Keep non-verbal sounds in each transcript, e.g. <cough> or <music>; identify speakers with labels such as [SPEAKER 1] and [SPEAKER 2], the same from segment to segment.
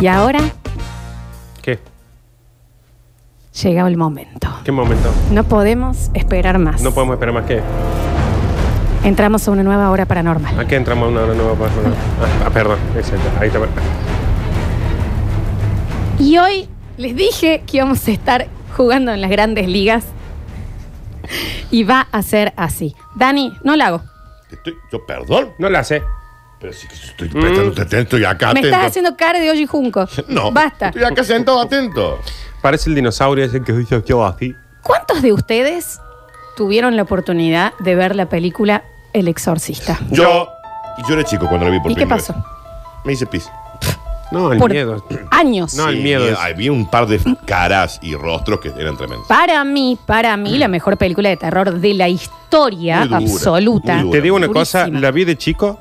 [SPEAKER 1] Y ahora
[SPEAKER 2] ¿Qué?
[SPEAKER 1] llega el momento.
[SPEAKER 2] ¿Qué momento?
[SPEAKER 1] No podemos esperar más.
[SPEAKER 2] No podemos esperar más que.
[SPEAKER 1] Entramos a una nueva hora paranormal.
[SPEAKER 2] ¿A qué entramos a una hora nueva para ah, ah, perdón, exacto. Ahí está.
[SPEAKER 1] Y hoy les dije que íbamos a estar jugando en las grandes ligas. Y va a ser así. Dani, no la hago.
[SPEAKER 3] Estoy- yo, perdón,
[SPEAKER 2] No la sé.
[SPEAKER 3] pero sí que estoy prestando atención, estoy acá
[SPEAKER 1] Mm. Me
[SPEAKER 3] atento.
[SPEAKER 1] estás haciendo cara de hoy junco.
[SPEAKER 3] <laughs> No,
[SPEAKER 1] Basta.
[SPEAKER 3] Estoy acá sentado atento.
[SPEAKER 2] Parece el dinosaurio ese que dice yo así.
[SPEAKER 1] ¿Cuántos de ustedes tuvieron la oportunidad de ver la película El Exorcista?
[SPEAKER 3] Yo. Y yo era chico cuando la vi por
[SPEAKER 1] ¿Y qué
[SPEAKER 3] primera
[SPEAKER 1] pasó?
[SPEAKER 3] vez. Me hice pis.
[SPEAKER 2] No, el
[SPEAKER 1] Por
[SPEAKER 2] miedo.
[SPEAKER 1] años.
[SPEAKER 2] No, el miedo es-
[SPEAKER 3] Había un par de caras y rostros que eran tremendos.
[SPEAKER 1] Para mí, para mí, la mejor película de terror de la historia
[SPEAKER 3] Muy dura,
[SPEAKER 1] absoluta.
[SPEAKER 3] muy dura.
[SPEAKER 2] Te digo una
[SPEAKER 1] Durísima.
[SPEAKER 2] cosa, la vi de chico,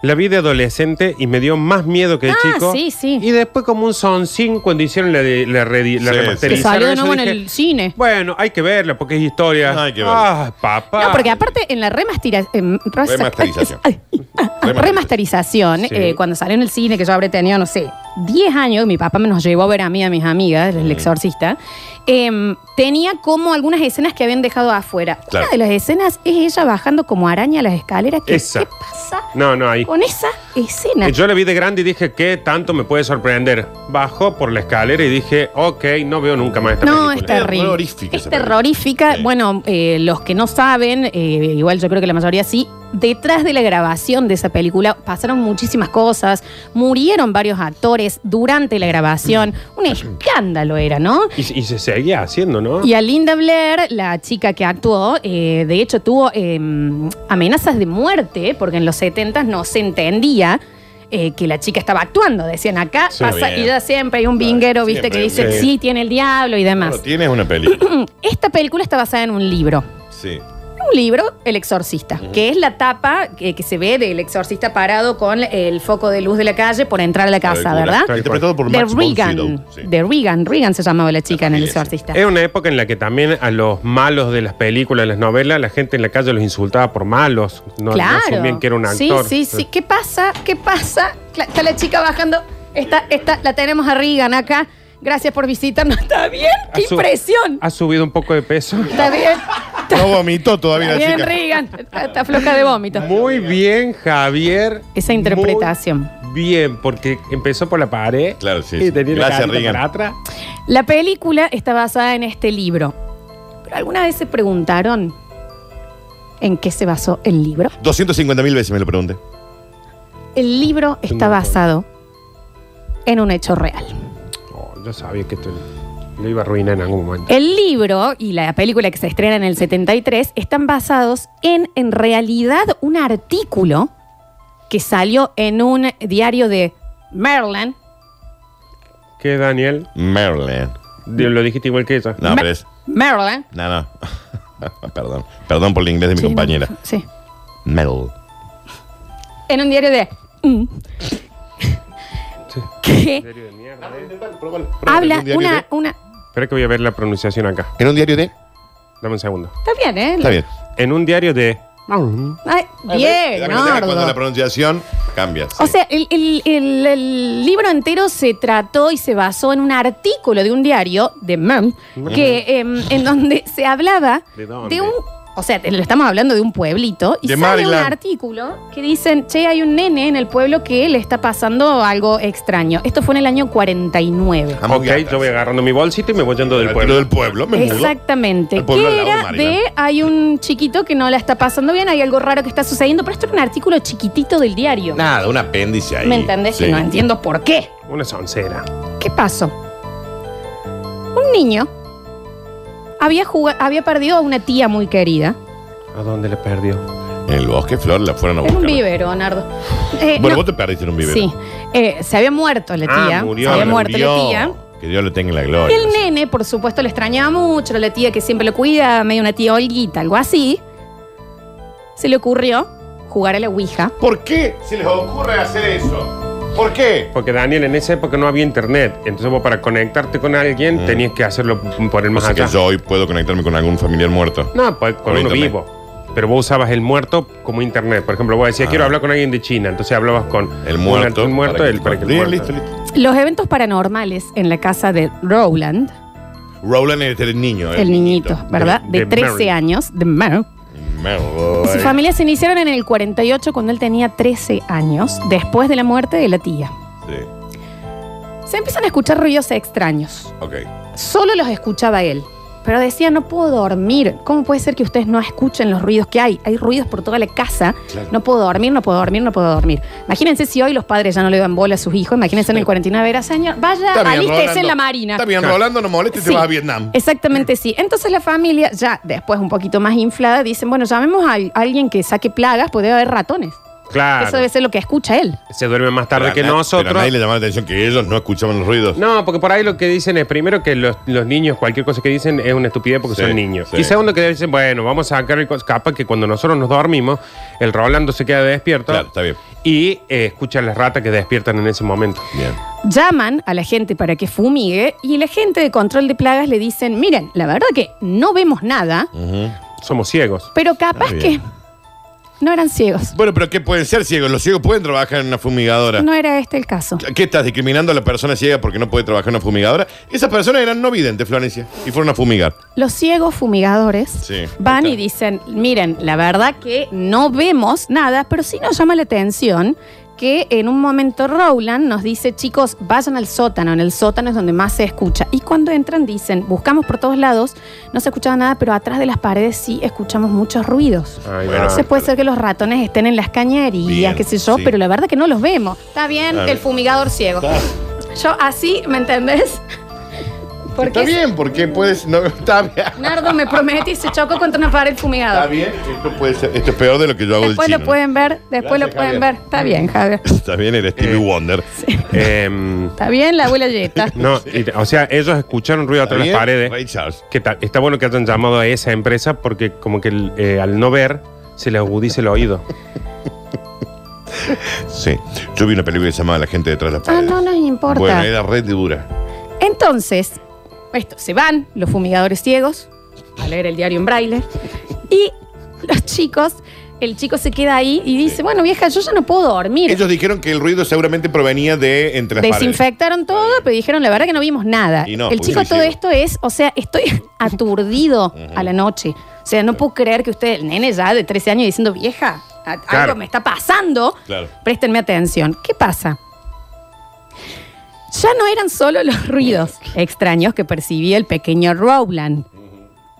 [SPEAKER 2] la vi de adolescente y me dio más miedo que de
[SPEAKER 1] Ah,
[SPEAKER 2] chico.
[SPEAKER 1] sí, sí.
[SPEAKER 2] Y después como un soncín cuando hicieron la, de- la, redi- la
[SPEAKER 3] Sí, sí.
[SPEAKER 1] Que
[SPEAKER 2] remasterizaron,
[SPEAKER 1] salió de
[SPEAKER 2] yo
[SPEAKER 1] nuevo en
[SPEAKER 2] dije,
[SPEAKER 1] el cine.
[SPEAKER 2] Bueno, hay que verla porque es historia.
[SPEAKER 3] Hay que verla.
[SPEAKER 2] Ah, papá.
[SPEAKER 1] No, porque aparte en la remastira- em, rosa-
[SPEAKER 3] Remasterización.
[SPEAKER 1] <laughs> Ay, ah, ah, remasterización,
[SPEAKER 2] Sí.
[SPEAKER 1] eh, cuando salió en el cine, que yo habré tenido, no sé, 10 años, mi papá me nos llevó a ver a mí, y a mis amigas,
[SPEAKER 3] Mm.
[SPEAKER 1] el exorcista, em, tenía como algunas escenas que habían dejado afuera.
[SPEAKER 3] Claro.
[SPEAKER 1] Una de las escenas es ella bajando como araña a las escaleras. que-
[SPEAKER 2] Esa.
[SPEAKER 1] ¿Qué pasa
[SPEAKER 2] No, no, ahí.
[SPEAKER 1] con esa escena?
[SPEAKER 2] Eh, Yo la vi de grande y dije, ¿qué tanto me puede sorprender? Bajó por la escalera y dije, ok, no veo nunca más esta
[SPEAKER 1] No, es
[SPEAKER 2] película.
[SPEAKER 1] terrible.
[SPEAKER 3] Es terrorífica
[SPEAKER 1] Es
[SPEAKER 3] esa película.
[SPEAKER 1] terrorífica.
[SPEAKER 3] Sí.
[SPEAKER 1] Bueno, eh, los que no saben, eh, igual yo creo que la mayoría sí, detrás de la grabación de esa película pasaron muchísimas cosas. Murieron varios actores durante la grabación.
[SPEAKER 3] Mm.
[SPEAKER 1] Un escándalo era, ¿no?
[SPEAKER 2] Y, y se seguía haciendo, ¿no?
[SPEAKER 1] Y a Linda Blair, la chica que actuó, eh, de hecho tuvo eh, amenazas de muerte, porque en los 70 no se entendía eh, que la chica estaba actuando. Decían, acá
[SPEAKER 2] Sí,
[SPEAKER 1] pasa,
[SPEAKER 3] bien.
[SPEAKER 1] y ya siempre hay un
[SPEAKER 3] Claro,
[SPEAKER 1] vinguero, viste,
[SPEAKER 3] siempre
[SPEAKER 1] que
[SPEAKER 3] hay
[SPEAKER 1] dice,
[SPEAKER 3] un
[SPEAKER 1] sí.
[SPEAKER 3] vinguero.
[SPEAKER 1] tiene el diablo y
[SPEAKER 3] No
[SPEAKER 1] demás.
[SPEAKER 3] lo tienes
[SPEAKER 1] <laughs>
[SPEAKER 3] una película.
[SPEAKER 1] Esta película está basada en un libro.
[SPEAKER 3] sí.
[SPEAKER 1] Un libro, El Exorcista, que es la tapa que, que se ve del exorcista parado con el foco de luz de la calle por entrar a la casa,
[SPEAKER 3] Película.
[SPEAKER 1] ¿verdad?
[SPEAKER 3] Interpretado por
[SPEAKER 1] De
[SPEAKER 3] Max von
[SPEAKER 1] Regan.
[SPEAKER 3] Sydow. Sí.
[SPEAKER 1] De Regan. Regan se llamaba la chica en El
[SPEAKER 3] familia, sí.
[SPEAKER 1] Exorcista.
[SPEAKER 2] Es una época en la que también a los malos de las películas, las novelas, la gente en la calle los insultaba por malos. No, no asumían que era un actor.
[SPEAKER 1] Sí, sí, sí. ¿Qué pasa? ¿Qué pasa? Cla- Está la chica bajando. Está, está, la tenemos a Regan acá. Gracias por visitarnos. ¿Está bien? ¡Qué
[SPEAKER 2] Ha su-
[SPEAKER 1] impresión!
[SPEAKER 2] Ha subido un poco de peso.
[SPEAKER 1] Está bien.
[SPEAKER 3] <laughs> No vomitó todavía
[SPEAKER 1] Está
[SPEAKER 3] la
[SPEAKER 1] bien,
[SPEAKER 3] chica.
[SPEAKER 1] Regan. Está, está floja de vómito.
[SPEAKER 2] Muy bien, Javier.
[SPEAKER 1] Esa interpretación.
[SPEAKER 2] Muy bien, porque empezó por la pared.
[SPEAKER 3] Claro, sí,
[SPEAKER 2] Y
[SPEAKER 3] sí.
[SPEAKER 2] tenía
[SPEAKER 3] Gracias,
[SPEAKER 2] la carita
[SPEAKER 3] Regan.
[SPEAKER 2] para atrás.
[SPEAKER 1] La película está basada en este libro. ¿Pero alguna vez se preguntaron en qué se basó el libro?
[SPEAKER 3] 250 mil veces me lo pregunté.
[SPEAKER 1] El libro está
[SPEAKER 2] No, no.
[SPEAKER 1] basado en un hecho real.
[SPEAKER 2] Oh, yo sabía que esto lo iba a arruinar en algún momento.
[SPEAKER 1] El libro y la película que se estrena en el 73 están basados en, en realidad, un artículo que salió en un diario de Maryland.
[SPEAKER 2] ¿Qué, Daniel?
[SPEAKER 3] Merlin.
[SPEAKER 2] Di- Lo dijiste igual que ella.
[SPEAKER 3] No,
[SPEAKER 1] Ma-
[SPEAKER 3] pero es.
[SPEAKER 1] Maryland.
[SPEAKER 3] No, <laughs> no. perdón. Perdón por el inglés de mi
[SPEAKER 1] Sí,
[SPEAKER 3] compañera.
[SPEAKER 1] no, sí.
[SPEAKER 3] Mel.
[SPEAKER 1] En un diario de... mm, que habla una, una...
[SPEAKER 2] Espera que voy a ver la pronunciación acá.
[SPEAKER 3] ¿En un diario de?
[SPEAKER 2] Dame un segundo.
[SPEAKER 1] Está bien, ¿eh?
[SPEAKER 3] Está bien.
[SPEAKER 2] En un diario de...
[SPEAKER 1] Ay,
[SPEAKER 3] Te das
[SPEAKER 1] bien,
[SPEAKER 3] cuenta que Cuando la
[SPEAKER 1] Nardo.
[SPEAKER 3] pronunciación cambia. sí.
[SPEAKER 1] O sea, el, el- el- el libro entero se trató y se basó en un artículo de un diario, de MEM, que, em, en donde <laughs> se hablaba
[SPEAKER 2] ¿De
[SPEAKER 1] de,
[SPEAKER 2] dónde?
[SPEAKER 1] un... O sea, te- lo estamos hablando de un pueblito y
[SPEAKER 3] De
[SPEAKER 1] sale un
[SPEAKER 3] Maryland.
[SPEAKER 1] artículo que dicen, che, hay un nene en el pueblo que le está pasando algo extraño. Esto fue en el año 49.
[SPEAKER 3] Vamos
[SPEAKER 2] ok,
[SPEAKER 3] bien atrás.
[SPEAKER 2] yo voy agarrando mi bolsita y me voy yendo del
[SPEAKER 3] Al
[SPEAKER 2] pueblo.
[SPEAKER 3] tiro del pueblo, me mudo.
[SPEAKER 1] Exactamente.
[SPEAKER 3] El pueblo al
[SPEAKER 1] Que
[SPEAKER 3] lado de
[SPEAKER 1] era de
[SPEAKER 3] Maryland.
[SPEAKER 1] hay un chiquito que no la está pasando bien, hay algo raro que está sucediendo, pero esto era un artículo chiquitito del diario.
[SPEAKER 3] Nada, un apéndice ahí.
[SPEAKER 1] ¿Me entendés?
[SPEAKER 3] Sí.
[SPEAKER 1] Que no entiendo por qué.
[SPEAKER 2] Una soncera.
[SPEAKER 1] ¿Qué pasó? Un niño había, jugado- había perdido a una tía muy querida.
[SPEAKER 2] ¿A dónde le perdió?
[SPEAKER 3] En el bosque, Flor, la fueron a
[SPEAKER 1] En
[SPEAKER 3] buscar.
[SPEAKER 1] un vivero, Nardo. Eh,
[SPEAKER 3] Bueno,
[SPEAKER 1] no,
[SPEAKER 3] vos te perdiste en un vivero.
[SPEAKER 1] Sí. Eh, se había muerto la
[SPEAKER 2] Ah,
[SPEAKER 1] tía.
[SPEAKER 2] murió,
[SPEAKER 1] se había
[SPEAKER 2] la
[SPEAKER 1] muerto la
[SPEAKER 3] Murió.
[SPEAKER 1] tía.
[SPEAKER 3] Que Dios lo tenga en la
[SPEAKER 1] Y
[SPEAKER 3] gloria.
[SPEAKER 1] el nene, por supuesto, lo extrañaba mucho, era la tía que siempre lo cuida, medio una tía holguita, algo así. Se le ocurrió jugar a la Ouija.
[SPEAKER 3] ¿Por qué se les ocurre hacer eso? ¿Por qué?
[SPEAKER 2] Porque Daniel, en esa época no había internet. Entonces vos para conectarte con alguien tenías que hacerlo por el más
[SPEAKER 3] Así Mm. que
[SPEAKER 2] allá.
[SPEAKER 3] yo hoy puedo conectarme con algún familiar muerto.
[SPEAKER 2] No, pues, con
[SPEAKER 3] Por
[SPEAKER 2] uno
[SPEAKER 3] internet.
[SPEAKER 2] vivo. Pero vos usabas el muerto como internet. Por ejemplo, vos decías,
[SPEAKER 3] Ah.
[SPEAKER 2] quiero hablar con alguien de China. Entonces hablabas con
[SPEAKER 3] El muerto.
[SPEAKER 2] un- un muerto,
[SPEAKER 3] para que
[SPEAKER 2] el,
[SPEAKER 3] te
[SPEAKER 2] para que el
[SPEAKER 3] Bien,
[SPEAKER 2] muerto-
[SPEAKER 3] listo, listo.
[SPEAKER 1] Los eventos paranormales en la casa de Rowland,
[SPEAKER 3] Roland es el niño.
[SPEAKER 1] el niñito, ¿verdad? De,
[SPEAKER 2] de
[SPEAKER 1] 13
[SPEAKER 2] Mary.
[SPEAKER 1] años, de Mary.
[SPEAKER 3] Melboy.
[SPEAKER 1] Su familia se iniciaron en el 48 cuando él tenía 13 años, después de la muerte de la tía.
[SPEAKER 3] Sí,
[SPEAKER 1] Se empiezan a escuchar ruidos extraños.
[SPEAKER 3] ok.
[SPEAKER 1] Solo los escuchaba él. Pero decía, no puedo dormir. ¿Cómo puede ser que ustedes no escuchen los ruidos que hay? Hay ruidos por toda la casa.
[SPEAKER 3] Claro.
[SPEAKER 1] No puedo dormir, no puedo dormir, no puedo dormir. Imagínense si hoy los padres ya no le dan bola a sus hijos. Imagínense en el 49 era, señor, vaya,
[SPEAKER 3] Está bien,
[SPEAKER 1] alístese
[SPEAKER 3] Rolando.
[SPEAKER 1] en la marina.
[SPEAKER 3] Está bien, Rolando, no molestes,
[SPEAKER 1] Sí.
[SPEAKER 3] te vas a Vietnam.
[SPEAKER 1] Exactamente, sí. Entonces la familia, ya después un poquito más inflada, dicen, bueno, llamemos a al- alguien que saque plagas, puede haber ratones. Eso
[SPEAKER 2] Claro.
[SPEAKER 1] debe ser lo que escucha él.
[SPEAKER 2] Se duerme más tarde
[SPEAKER 3] Pero
[SPEAKER 2] que
[SPEAKER 3] a na-
[SPEAKER 2] nosotros.
[SPEAKER 3] Pero a nadie le llamó la atención que ellos no escuchaban los ruidos.
[SPEAKER 2] No, porque por ahí lo que dicen es, primero, que los, los niños, cualquier cosa que dicen es una estupidez porque
[SPEAKER 3] Sí,
[SPEAKER 2] son niños.
[SPEAKER 3] sí.
[SPEAKER 2] Y segundo, que dicen, bueno, vamos a sacar el... cos- Capaz que cuando nosotros nos dormimos, el Rolando se queda despierto.
[SPEAKER 3] Claro, está bien.
[SPEAKER 2] Y eh, escucha a las ratas que despiertan en ese momento.
[SPEAKER 3] Bien.
[SPEAKER 1] Llaman a la gente para que fumigue y la gente de control de plagas le dicen, miren, la verdad que no vemos nada,
[SPEAKER 3] Ujú.
[SPEAKER 2] Somos ciegos.
[SPEAKER 1] pero capaz
[SPEAKER 3] Mm. Ah,
[SPEAKER 1] que
[SPEAKER 3] bien.
[SPEAKER 1] no eran ciegos.
[SPEAKER 3] Bueno, pero ¿qué pueden ser ciegos? Los ciegos pueden trabajar en una fumigadora.
[SPEAKER 1] No era este el caso.
[SPEAKER 3] ¿Qué estás discriminando a la persona ciega porque no puede trabajar en una fumigadora? Esas personas eran no videntes, Florencia, y fueron a fumigar.
[SPEAKER 1] Los ciegos fumigadores
[SPEAKER 3] Sí,
[SPEAKER 1] van
[SPEAKER 3] ahí
[SPEAKER 1] y
[SPEAKER 3] está.
[SPEAKER 1] dicen, miren, la verdad que no vemos nada, pero sí nos llama la atención que en un momento Rowland nos dice, chicos, vayan al sótano, en el sótano es donde más se escucha. Y cuando entran dicen, buscamos por todos lados, no se escuchaba nada, pero atrás de las paredes sí escuchamos muchos ruidos.
[SPEAKER 2] Ahí
[SPEAKER 3] Bueno,
[SPEAKER 2] va.
[SPEAKER 1] Entonces puede ser que los ratones estén en las cañerías,
[SPEAKER 3] Ah, Bien,
[SPEAKER 1] qué sé yo,
[SPEAKER 3] sí.
[SPEAKER 1] pero la verdad que no los vemos. Está bien,
[SPEAKER 3] Está
[SPEAKER 1] el
[SPEAKER 3] bien.
[SPEAKER 1] fumigador ciego. Yo así, ¿me entendés?
[SPEAKER 3] Está
[SPEAKER 1] es-
[SPEAKER 3] bien, porque puedes. No, <laughs> está bien.
[SPEAKER 1] Nardo me promete y se chocó contra una pared
[SPEAKER 3] Está
[SPEAKER 1] fumigador.
[SPEAKER 3] bien. Esto, puede ser- esto es peor de lo que yo hago
[SPEAKER 1] Después
[SPEAKER 3] del
[SPEAKER 1] lo
[SPEAKER 3] chino.
[SPEAKER 1] pueden ver, después lo
[SPEAKER 3] Gracias,
[SPEAKER 1] pueden
[SPEAKER 3] Javier.
[SPEAKER 1] ver. Está bien, Javier.
[SPEAKER 3] ¿no? <laughs> Está bien, era Stevie
[SPEAKER 2] Eh.
[SPEAKER 3] Wonder.
[SPEAKER 2] Em,
[SPEAKER 1] Está bien la abuela Yeta.
[SPEAKER 3] <laughs>
[SPEAKER 2] no, y- o sea, ellos escucharon ruido
[SPEAKER 3] Está
[SPEAKER 2] atrás de las
[SPEAKER 3] bien,
[SPEAKER 2] paredes.
[SPEAKER 3] Ray Charles.
[SPEAKER 2] que ta- está bueno que hayan llamado a esa empresa porque como que el- eh, al no ver se le agudice el
[SPEAKER 3] <laughs>
[SPEAKER 2] oído.
[SPEAKER 3] Sí. Yo vi una película que se llamaba La gente detrás de las
[SPEAKER 1] Ah,
[SPEAKER 3] paredes.
[SPEAKER 1] no nos importa.
[SPEAKER 3] Bueno, era red dura.
[SPEAKER 1] Entonces, esto, se van los fumigadores ciegos a leer el diario en braille y los chicos, el chico se queda ahí y dice, bueno vieja, yo ya no puedo dormir.
[SPEAKER 3] Ellos dijeron que el ruido seguramente provenía de entre las paredes.
[SPEAKER 1] Desinfectaron todo, pero dijeron la verdad que no vimos nada.
[SPEAKER 3] Y no,
[SPEAKER 1] el
[SPEAKER 3] porque
[SPEAKER 1] chico
[SPEAKER 3] soy
[SPEAKER 1] todo
[SPEAKER 3] ciego.
[SPEAKER 1] esto es, o sea, estoy <laughs> aturdido a la noche. O sea, no puedo creer que usted, el nene ya de 13 años, diciendo, vieja, a- algo
[SPEAKER 2] Claro.
[SPEAKER 1] me está pasando.
[SPEAKER 3] Claro.
[SPEAKER 1] Préstenme atención. ¿Qué pasa? Ya no eran solo los ruidos extraños que percibía el pequeño Rowland.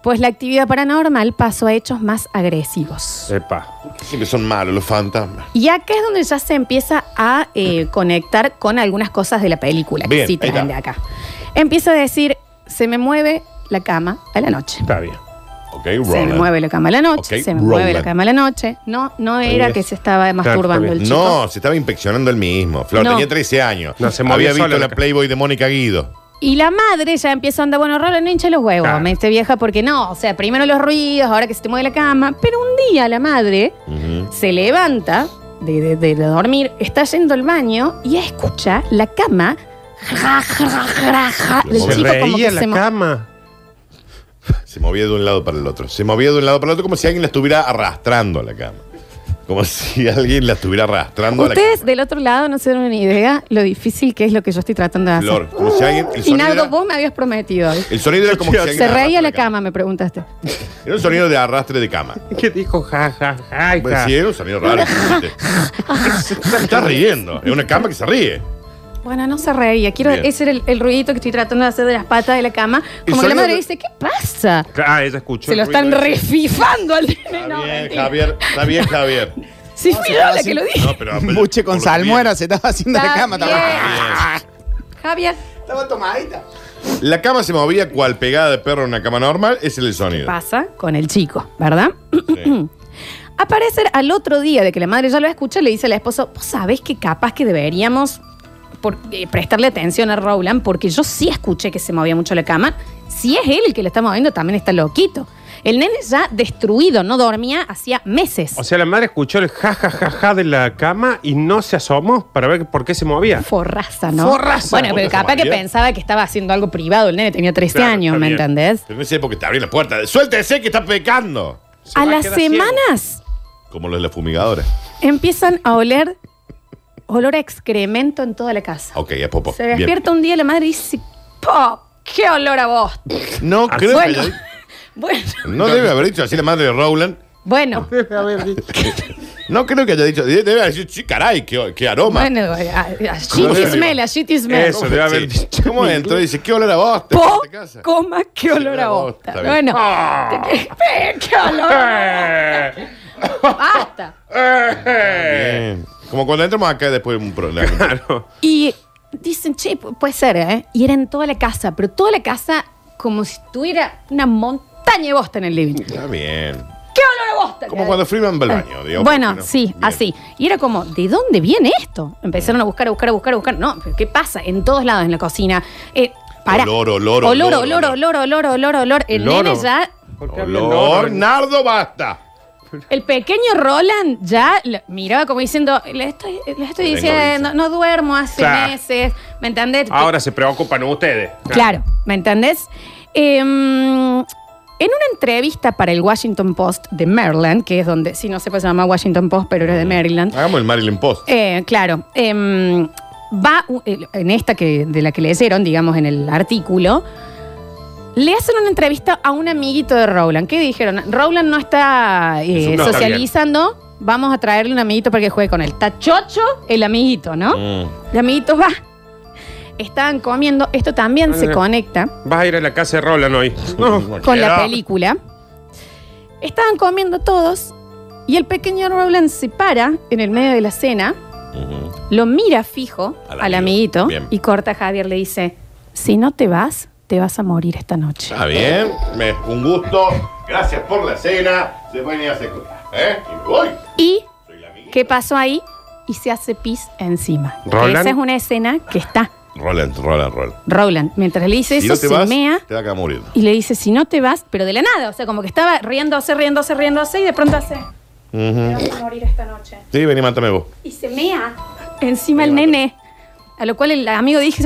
[SPEAKER 1] Pues la actividad paranormal pasó a hechos más agresivos.
[SPEAKER 2] Epa.
[SPEAKER 3] Siempre son malos los fantasmas.
[SPEAKER 1] Y acá es donde ya se empieza a eh, conectar con algunas cosas de la película que
[SPEAKER 3] Bien,
[SPEAKER 1] sí
[SPEAKER 3] ahí
[SPEAKER 1] traen de
[SPEAKER 3] está.
[SPEAKER 1] acá. Empieza a decir, se me mueve la cama a la noche.
[SPEAKER 2] Está bien.
[SPEAKER 3] Ok,
[SPEAKER 1] Se me
[SPEAKER 3] Roland.
[SPEAKER 1] mueve la cama a la noche,
[SPEAKER 3] Ok,
[SPEAKER 1] se me
[SPEAKER 3] Roland.
[SPEAKER 1] mueve la cama a la noche. No, no
[SPEAKER 3] Ahí
[SPEAKER 1] era
[SPEAKER 3] ves.
[SPEAKER 1] que se estaba
[SPEAKER 2] Claro,
[SPEAKER 1] masturbando
[SPEAKER 2] está
[SPEAKER 1] el
[SPEAKER 2] bien.
[SPEAKER 1] chico.
[SPEAKER 3] No, se estaba inspeccionando el mismo. Flor
[SPEAKER 1] No.
[SPEAKER 3] tenía 13 años.
[SPEAKER 2] No, se
[SPEAKER 3] Había
[SPEAKER 2] movía
[SPEAKER 3] visto
[SPEAKER 2] sola
[SPEAKER 3] la
[SPEAKER 2] la ca-
[SPEAKER 3] Playboy de Mónica Guido.
[SPEAKER 1] Y la madre ya empieza a andar, bueno, Rola, no hinche los huevos,
[SPEAKER 2] Claro.
[SPEAKER 1] me dice vieja, porque no, o sea, primero los ruidos, ahora que se te mueve la cama. Pero un día la madre
[SPEAKER 3] Ujú.
[SPEAKER 1] se levanta de, de- de- de dormir, está yendo al baño y escucha la cama. Ja, ja, ja, ja, ja, del
[SPEAKER 2] Se
[SPEAKER 3] movió.
[SPEAKER 1] chico como que
[SPEAKER 2] reía
[SPEAKER 1] se
[SPEAKER 2] la
[SPEAKER 1] mo-
[SPEAKER 2] cama.
[SPEAKER 3] Se movía de un lado para el otro. Se movía de un lado para el otro como si alguien la estuviera arrastrando a la cama. Como <laughs> si alguien la estuviera arrastrando a la cama.
[SPEAKER 1] Ustedes del otro lado no se dan una idea lo difícil que es lo que yo estoy tratando de hacer.
[SPEAKER 3] Flor,
[SPEAKER 1] <laughs>
[SPEAKER 3] como si alguien- el
[SPEAKER 1] y
[SPEAKER 3] sonido
[SPEAKER 1] Nardo,
[SPEAKER 3] era-
[SPEAKER 1] vos me habías prometido hoy. <laughs>
[SPEAKER 3] El sonido era como si alguien
[SPEAKER 1] Se reía
[SPEAKER 3] arrastra
[SPEAKER 1] la cama, me preguntaste.
[SPEAKER 3] Era un sonido de arrastre de cama.
[SPEAKER 2] ¿Qué dijo? Ja, ja, ja,
[SPEAKER 3] Pues
[SPEAKER 2] ja.
[SPEAKER 3] sí, era un sonido raro.
[SPEAKER 4] <laughs>
[SPEAKER 3] ¿viste? Se está riendo. Es una cama que se ríe.
[SPEAKER 1] Bueno, no se reía. Quiero,
[SPEAKER 3] Bien.
[SPEAKER 1] ese era el, el ruidito que estoy tratando de hacer de las patas de la cama.
[SPEAKER 3] El
[SPEAKER 1] Como que la
[SPEAKER 3] sonido
[SPEAKER 1] madre
[SPEAKER 3] de-
[SPEAKER 1] dice, ¿qué pasa?
[SPEAKER 2] Ah, ella escuchó.
[SPEAKER 1] Se
[SPEAKER 2] el
[SPEAKER 1] lo
[SPEAKER 2] ruido
[SPEAKER 1] están
[SPEAKER 2] ese.
[SPEAKER 1] refifando al nene.
[SPEAKER 3] Está
[SPEAKER 1] No,
[SPEAKER 3] bien,
[SPEAKER 1] mentira.
[SPEAKER 3] Javier. Está bien, Javier.
[SPEAKER 1] Sí, fui yo la que lo dije.
[SPEAKER 3] No,
[SPEAKER 4] <laughs>
[SPEAKER 3] pero,
[SPEAKER 4] Muche con
[SPEAKER 3] por lo que vi-
[SPEAKER 4] salmuera se estaba haciendo la
[SPEAKER 1] Está
[SPEAKER 4] cama
[SPEAKER 1] bien.
[SPEAKER 4] también.
[SPEAKER 1] Javier,
[SPEAKER 4] Estaba tomadita.
[SPEAKER 3] La cama se movía cual pegada de perro en una cama normal. Ese es el sonido.
[SPEAKER 1] pasa con el chico, ¿verdad?
[SPEAKER 3] Sí.
[SPEAKER 1] Aparecer al otro día de que la madre ya lo escucha, le dice al esposo, vos sabés que capaz que deberíamos por- eh, prestarle atención a Rowland porque yo sí escuché que se movía mucho la cama. Si es él el que le está moviendo, también está loquito. El nene ya destruido, no dormía hacía meses.
[SPEAKER 2] O sea, la madre escuchó el ja, ja, ja, ja de la cama y no se asomó para ver por qué se movía.
[SPEAKER 1] Forraza, ¿no?
[SPEAKER 2] Forraza.
[SPEAKER 1] Bueno, pero
[SPEAKER 3] Puta,
[SPEAKER 1] capaz que
[SPEAKER 3] Somalia.
[SPEAKER 1] pensaba que estaba haciendo algo privado. El nene tenía 13
[SPEAKER 2] Claro,
[SPEAKER 1] años,
[SPEAKER 2] está
[SPEAKER 1] ¿me
[SPEAKER 2] bien.
[SPEAKER 1] entendés?
[SPEAKER 3] Pero en esa época te abrí la puerta. Suéltese que está pecando.
[SPEAKER 2] Se
[SPEAKER 1] A
[SPEAKER 2] va
[SPEAKER 1] las
[SPEAKER 2] quedar ciego.
[SPEAKER 1] semanas
[SPEAKER 3] Como los de la fumigadora.
[SPEAKER 1] empiezan a oler olor a excremento en toda la casa.
[SPEAKER 3] Ok, es popo.
[SPEAKER 1] Se
[SPEAKER 3] Bien.
[SPEAKER 1] despierta un día la madre y dice, ¡Po! ¡Qué olor a vos!
[SPEAKER 3] No creo
[SPEAKER 1] Bueno,
[SPEAKER 3] que.
[SPEAKER 1] <laughs> bueno,
[SPEAKER 3] No debe haber dicho así la madre de Rowland.
[SPEAKER 1] bueno,
[SPEAKER 2] A ver,
[SPEAKER 1] <laughs>
[SPEAKER 2] sí.
[SPEAKER 3] No creo que haya dicho. de- Debe haber dicho, "Sí, caray, qué, qué aroma.
[SPEAKER 1] bueno, a- a- shit
[SPEAKER 3] Bueno.
[SPEAKER 1] is smell, a shit is smell.
[SPEAKER 2] Eso. debe haber
[SPEAKER 3] Sí.
[SPEAKER 2] dicho.
[SPEAKER 3] ¿Cómo entró y dice, qué olor a bosta?
[SPEAKER 1] Po,
[SPEAKER 3] en esta casa?"
[SPEAKER 1] coma, qué olor a
[SPEAKER 3] a vos,
[SPEAKER 1] bosta.
[SPEAKER 3] está bien. Ah.
[SPEAKER 1] Bueno, <laughs> qué olor a
[SPEAKER 2] ¡Eh!
[SPEAKER 3] <laughs>
[SPEAKER 1] bosta. Basta.
[SPEAKER 3] Bien. Como cuando entramos acá después de un
[SPEAKER 2] <laughs>
[SPEAKER 3] problema.
[SPEAKER 2] Claro.
[SPEAKER 1] Y dicen, che, pu- puede ser, ¿eh? Y era en toda la casa, pero toda la casa como si tuviera una montaña de bosta en el living.
[SPEAKER 3] Está bien.
[SPEAKER 1] ¡Qué olor a bosta!
[SPEAKER 3] Como cuando Freeman va al baño, digamos.
[SPEAKER 1] bueno,
[SPEAKER 3] ¿no?
[SPEAKER 1] sí,
[SPEAKER 3] Bien.
[SPEAKER 1] así. Y era como, ¿de dónde viene esto? Empezaron a buscar, a buscar, a buscar, a buscar. No, pero ¿qué pasa? En todos lados, en la cocina. Eh, para.
[SPEAKER 3] Olor, olor,
[SPEAKER 1] olor.
[SPEAKER 3] olor,
[SPEAKER 1] Olor, olor, olor, olor, olor. El
[SPEAKER 2] Loro.
[SPEAKER 1] nene ya,
[SPEAKER 2] ¿Por qué hablan
[SPEAKER 3] Olor,
[SPEAKER 2] loro?
[SPEAKER 3] Nardo, basta.
[SPEAKER 1] el pequeño Roland ya la- miraba como diciendo, le estoy, le estoy
[SPEAKER 3] Tengo
[SPEAKER 1] diciendo,
[SPEAKER 3] visa.
[SPEAKER 1] no duermo hace
[SPEAKER 2] Claro.
[SPEAKER 1] meses, ¿me entendés?
[SPEAKER 2] Ahora se preocupan ustedes.
[SPEAKER 1] Claro, ¿me entendés? Eh, en una entrevista para el Washington Post de Maryland, que es donde, si no sepa, se llama Washington Post, pero era de Maryland.
[SPEAKER 3] Hagamos el Marilyn Post.
[SPEAKER 1] Eh, claro, em, va u- el- en esta que, de la que leyeron, digamos, en el artículo. Le hacen una entrevista a un amiguito de Rowland. ¿Qué dijeron? Rowland no está eh,
[SPEAKER 2] Eso no está bien.
[SPEAKER 1] socializando. Vamos a traerle un amiguito para que juegue con él. Está chocho el amiguito, ¿no?
[SPEAKER 3] Mm.
[SPEAKER 1] El amiguito va. Estaban comiendo. Esto también se
[SPEAKER 2] Ah.
[SPEAKER 1] conecta
[SPEAKER 2] Vas a ir a la casa de Roland hoy. No.
[SPEAKER 1] con la
[SPEAKER 3] Quiero.
[SPEAKER 1] película. Estaban comiendo todos y el pequeño Rowland se para en el medio de la cena,
[SPEAKER 3] Ujú.
[SPEAKER 1] lo mira fijo al,
[SPEAKER 3] Al
[SPEAKER 1] amiguito
[SPEAKER 3] amigo. Bien.
[SPEAKER 1] y corta a Javier, le dice, si no te vas, te vas a morir esta noche.
[SPEAKER 3] Está bien. Me- Un gusto. Gracias por la cena. Se pueden ir a hacer cosas. ¿Eh? Y me voy.
[SPEAKER 1] ¿Y
[SPEAKER 3] Soy la amiguita.
[SPEAKER 1] qué pasó ahí? Y se hace pis encima.
[SPEAKER 2] ¿Rowland?
[SPEAKER 1] Esa es una escena que está
[SPEAKER 3] Roland, Roland, Roland.
[SPEAKER 1] Rowland. Mientras le dice
[SPEAKER 3] Si
[SPEAKER 1] eso,
[SPEAKER 3] no te
[SPEAKER 1] se
[SPEAKER 3] vas,
[SPEAKER 1] mea
[SPEAKER 3] te va a acabar muriendo.
[SPEAKER 1] y le dice, si no te vas, pero de la nada. O sea, como que estaba riéndose, riéndose, riéndose y de pronto hace, te
[SPEAKER 3] Ujú.
[SPEAKER 1] vas a morir esta noche.
[SPEAKER 3] Sí, vení, mátame vos.
[SPEAKER 1] y se mea encima el nene. A lo cual el amigo dijo,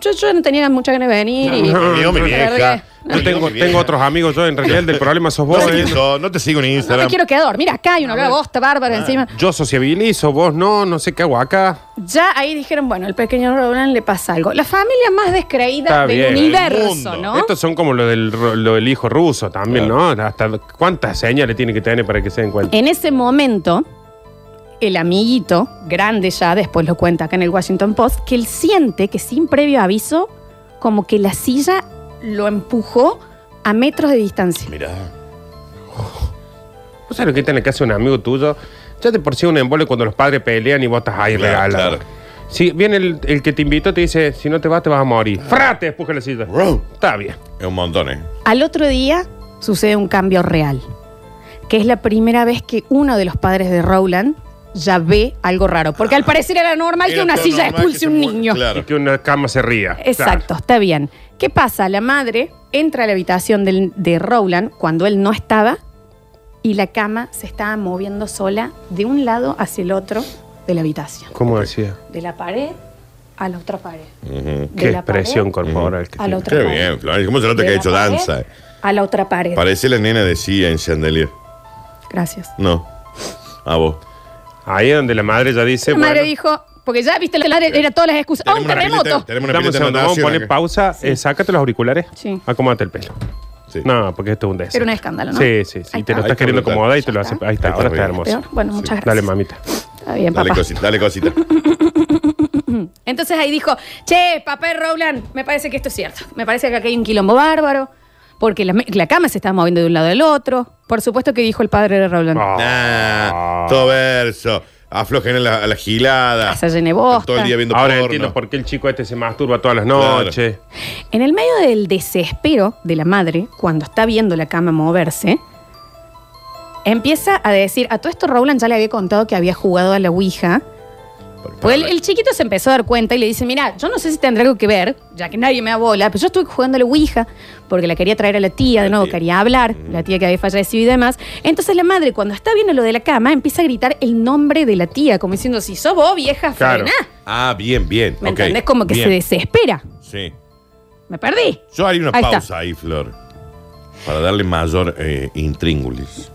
[SPEAKER 1] yo, yo no tenía mucha ganas de venir. y-
[SPEAKER 3] Mío, mi
[SPEAKER 1] La verdad
[SPEAKER 3] vieja.
[SPEAKER 1] que-
[SPEAKER 2] Yo tengo,
[SPEAKER 3] Mi vieja.
[SPEAKER 2] tengo otros amigos, yo en realidad el del problema sos
[SPEAKER 3] <laughs> No
[SPEAKER 2] vos.
[SPEAKER 3] te,
[SPEAKER 2] ¿eh?
[SPEAKER 3] sigo, no te sigo en
[SPEAKER 1] No me
[SPEAKER 3] Instagram.
[SPEAKER 1] quiero quedar. Mira, acá hay una hora bosta bárbara encima.
[SPEAKER 2] Yo sociabilizo, vos no, no sé qué hago acá.
[SPEAKER 1] Ya ahí dijeron, bueno, al pequeño Roland le pasa algo. La familia más descreída
[SPEAKER 2] Está
[SPEAKER 1] del
[SPEAKER 2] bien, del
[SPEAKER 1] universo,
[SPEAKER 3] mundo.
[SPEAKER 1] ¿no?
[SPEAKER 2] Estos son como lo del, ro- lo del hijo ruso también, ¿no? Hasta cuántas señales tiene que tener para que se den cuenta.
[SPEAKER 1] En ese momento, el amiguito, grande ya, después lo cuenta acá en el Washington Post, que él siente que sin previo aviso, como que la silla lo empujó a metros de distancia.
[SPEAKER 3] Mirá.
[SPEAKER 2] ¿Vos sabés lo que está en la casa de un amigo tuyo? Ya de por sí un embole cuando los padres pelean y vos estás ahí
[SPEAKER 3] Claro,
[SPEAKER 2] regalado.
[SPEAKER 3] claro.
[SPEAKER 2] Si viene el, el que te invitó, te dice, si no te vas, te vas a morir. ¡Frate! Empuja la silla.
[SPEAKER 3] Bro.
[SPEAKER 2] Está bien.
[SPEAKER 3] Es un montón, ¿eh?
[SPEAKER 1] Al otro día sucede un cambio real, que es la primera vez que uno de los padres de Rowland ya ve algo raro, porque al parecer era normal que
[SPEAKER 3] Era
[SPEAKER 1] una
[SPEAKER 3] todo
[SPEAKER 1] silla
[SPEAKER 3] normal que
[SPEAKER 1] expulse
[SPEAKER 3] se
[SPEAKER 1] un
[SPEAKER 3] muera,
[SPEAKER 1] niño.
[SPEAKER 3] Claro.
[SPEAKER 2] Y que una cama se ría.
[SPEAKER 1] Exacto, está bien. ¿Qué pasa? La madre entra a la habitación del- de Rowland cuando él no estaba y la cama se estaba moviendo sola de un lado hacia el otro de la habitación,
[SPEAKER 2] ¿Cómo decía?
[SPEAKER 1] de la pared a la otra pared.
[SPEAKER 3] Ujú.
[SPEAKER 1] De
[SPEAKER 2] Qué
[SPEAKER 1] la
[SPEAKER 2] expresión
[SPEAKER 1] pared
[SPEAKER 2] corporal que
[SPEAKER 1] a la
[SPEAKER 2] tiene.
[SPEAKER 1] otra
[SPEAKER 3] Qué
[SPEAKER 1] pared.
[SPEAKER 3] bien, Florencia. ¿Cómo se
[SPEAKER 1] de
[SPEAKER 3] nota que ha
[SPEAKER 1] la
[SPEAKER 3] hecho
[SPEAKER 1] pared
[SPEAKER 3] danza? eh?
[SPEAKER 1] A la otra pared.
[SPEAKER 3] Parece la nena de Sia en Chandelier.
[SPEAKER 1] Gracias.
[SPEAKER 3] No. A vos.
[SPEAKER 2] Ahí es donde la madre ya dice.
[SPEAKER 1] La madre
[SPEAKER 2] bueno,
[SPEAKER 1] dijo, porque ya viste la madre, era todas las excusas. ¡Ah, un
[SPEAKER 3] una pileta-
[SPEAKER 1] terremoto!
[SPEAKER 3] tenemos una
[SPEAKER 2] Dame un
[SPEAKER 3] pileta de
[SPEAKER 2] segundo, vamos a
[SPEAKER 3] natación
[SPEAKER 2] poner
[SPEAKER 3] acá.
[SPEAKER 2] pausa. Eh, sácate los auriculares.
[SPEAKER 1] Sí.
[SPEAKER 2] Acomódate el pelo.
[SPEAKER 3] Sí.
[SPEAKER 2] No, porque esto es un desastre.
[SPEAKER 1] Era un escándalo, ¿no?
[SPEAKER 2] Sí, sí, sí.
[SPEAKER 1] Ahí
[SPEAKER 2] te lo
[SPEAKER 1] está.
[SPEAKER 2] estás
[SPEAKER 3] Ahí
[SPEAKER 2] queriendo
[SPEAKER 3] está.
[SPEAKER 2] acomodar y te lo
[SPEAKER 1] Ya
[SPEAKER 2] hace.
[SPEAKER 1] está.
[SPEAKER 2] Ahí está,
[SPEAKER 3] Ahí está
[SPEAKER 2] ahora está
[SPEAKER 3] bien.
[SPEAKER 2] hermoso.
[SPEAKER 1] Peor. Bueno, muchas gracias.
[SPEAKER 2] Dale, mamita.
[SPEAKER 1] Está bien,
[SPEAKER 3] Dale,
[SPEAKER 1] papá.
[SPEAKER 3] cosita,
[SPEAKER 2] <laughs>
[SPEAKER 3] dale cosita.
[SPEAKER 1] Entonces ahí dijo, che, papá de Rowland, me parece que esto es cierto. Me parece que acá hay un quilombo bárbaro, porque la, me- la cama se estaba moviendo de un lado al otro. Por supuesto que dijo el padre de Rowland.
[SPEAKER 2] Ah.
[SPEAKER 3] Nah, todo verso. Aflojen a la, a la gilada.
[SPEAKER 1] Se llene bosta.
[SPEAKER 3] Todo el día viendo
[SPEAKER 2] Ahora
[SPEAKER 3] porno.
[SPEAKER 2] entiendo por qué el chico este se masturba todas las
[SPEAKER 3] Claro.
[SPEAKER 2] noches.
[SPEAKER 1] En el medio del desespero de la madre, cuando está viendo la cama moverse, empieza a decir, a todo esto Rowland ya le había contado que había jugado a la Ouija. Pues el, el chiquito se empezó a dar cuenta y le dice, mira, yo no sé si tendrá algo que ver, ya que nadie me da bola, pero yo estuve jugando a la Ouija porque la quería traer a la tía, de
[SPEAKER 3] La
[SPEAKER 1] nuevo
[SPEAKER 3] tía. Mm.
[SPEAKER 1] quería hablar, la tía que había fallecido y demás. Entonces la madre, cuando está viendo lo de la cama, empieza a gritar el nombre de la tía, como diciendo, si sos vos, vieja,
[SPEAKER 2] Claro.
[SPEAKER 1] frená.
[SPEAKER 3] Ah, bien, bien.
[SPEAKER 1] ¿Me
[SPEAKER 3] ok,
[SPEAKER 1] entendés? Como que
[SPEAKER 3] bien.
[SPEAKER 1] se desespera.
[SPEAKER 3] Sí.
[SPEAKER 1] Me perdí.
[SPEAKER 3] Yo haría una
[SPEAKER 1] Ahí está.
[SPEAKER 3] pausa ahí, Flor. Para darle mayor eh, intríngulis.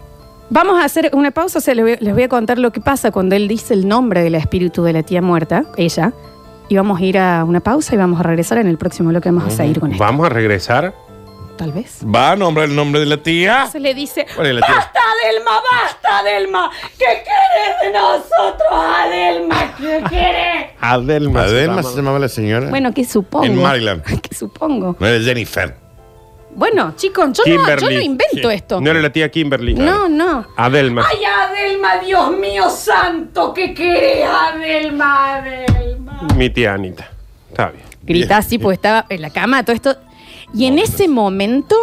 [SPEAKER 1] Vamos a hacer una pausa, se les voy, les voy a contar lo que pasa cuando él dice el nombre del espíritu de la tía muerta, ella, y vamos a ir a una pausa y vamos a regresar en el próximo bloque, vamos a seguir con esto,
[SPEAKER 2] Vamos a regresar.
[SPEAKER 1] tal vez.
[SPEAKER 3] ¿Va a nombrar el nombre de la tía?
[SPEAKER 1] Se le dice,
[SPEAKER 3] ¿Cuál es la tía?
[SPEAKER 1] ¡Basta, Delma! ¡Basta, Delma! ¿Qué querés de nosotros, Adelma? ¿Qué querés?
[SPEAKER 2] Adelma. se
[SPEAKER 3] Adelma
[SPEAKER 2] llama.
[SPEAKER 3] se llamaba la señora.
[SPEAKER 1] Bueno, ¿qué supongo?
[SPEAKER 3] En
[SPEAKER 1] <laughs>
[SPEAKER 3] Maryland.
[SPEAKER 1] ¿Qué supongo?
[SPEAKER 3] No era Jennifer.
[SPEAKER 1] Bueno, chicos, yo, no,
[SPEAKER 2] Kimberly.
[SPEAKER 1] yo no invento
[SPEAKER 2] Sí.
[SPEAKER 1] esto.
[SPEAKER 2] No era la tía Kimberly.
[SPEAKER 1] No, no.
[SPEAKER 2] Adelma.
[SPEAKER 1] ¡Ay, Adelma, Dios mío santo! ¿Qué querés, Adelma, Adelma?
[SPEAKER 2] Mi tía Anita. Está bien.
[SPEAKER 1] Grita así, pues estaba en la cama, todo esto. Y en ese momento,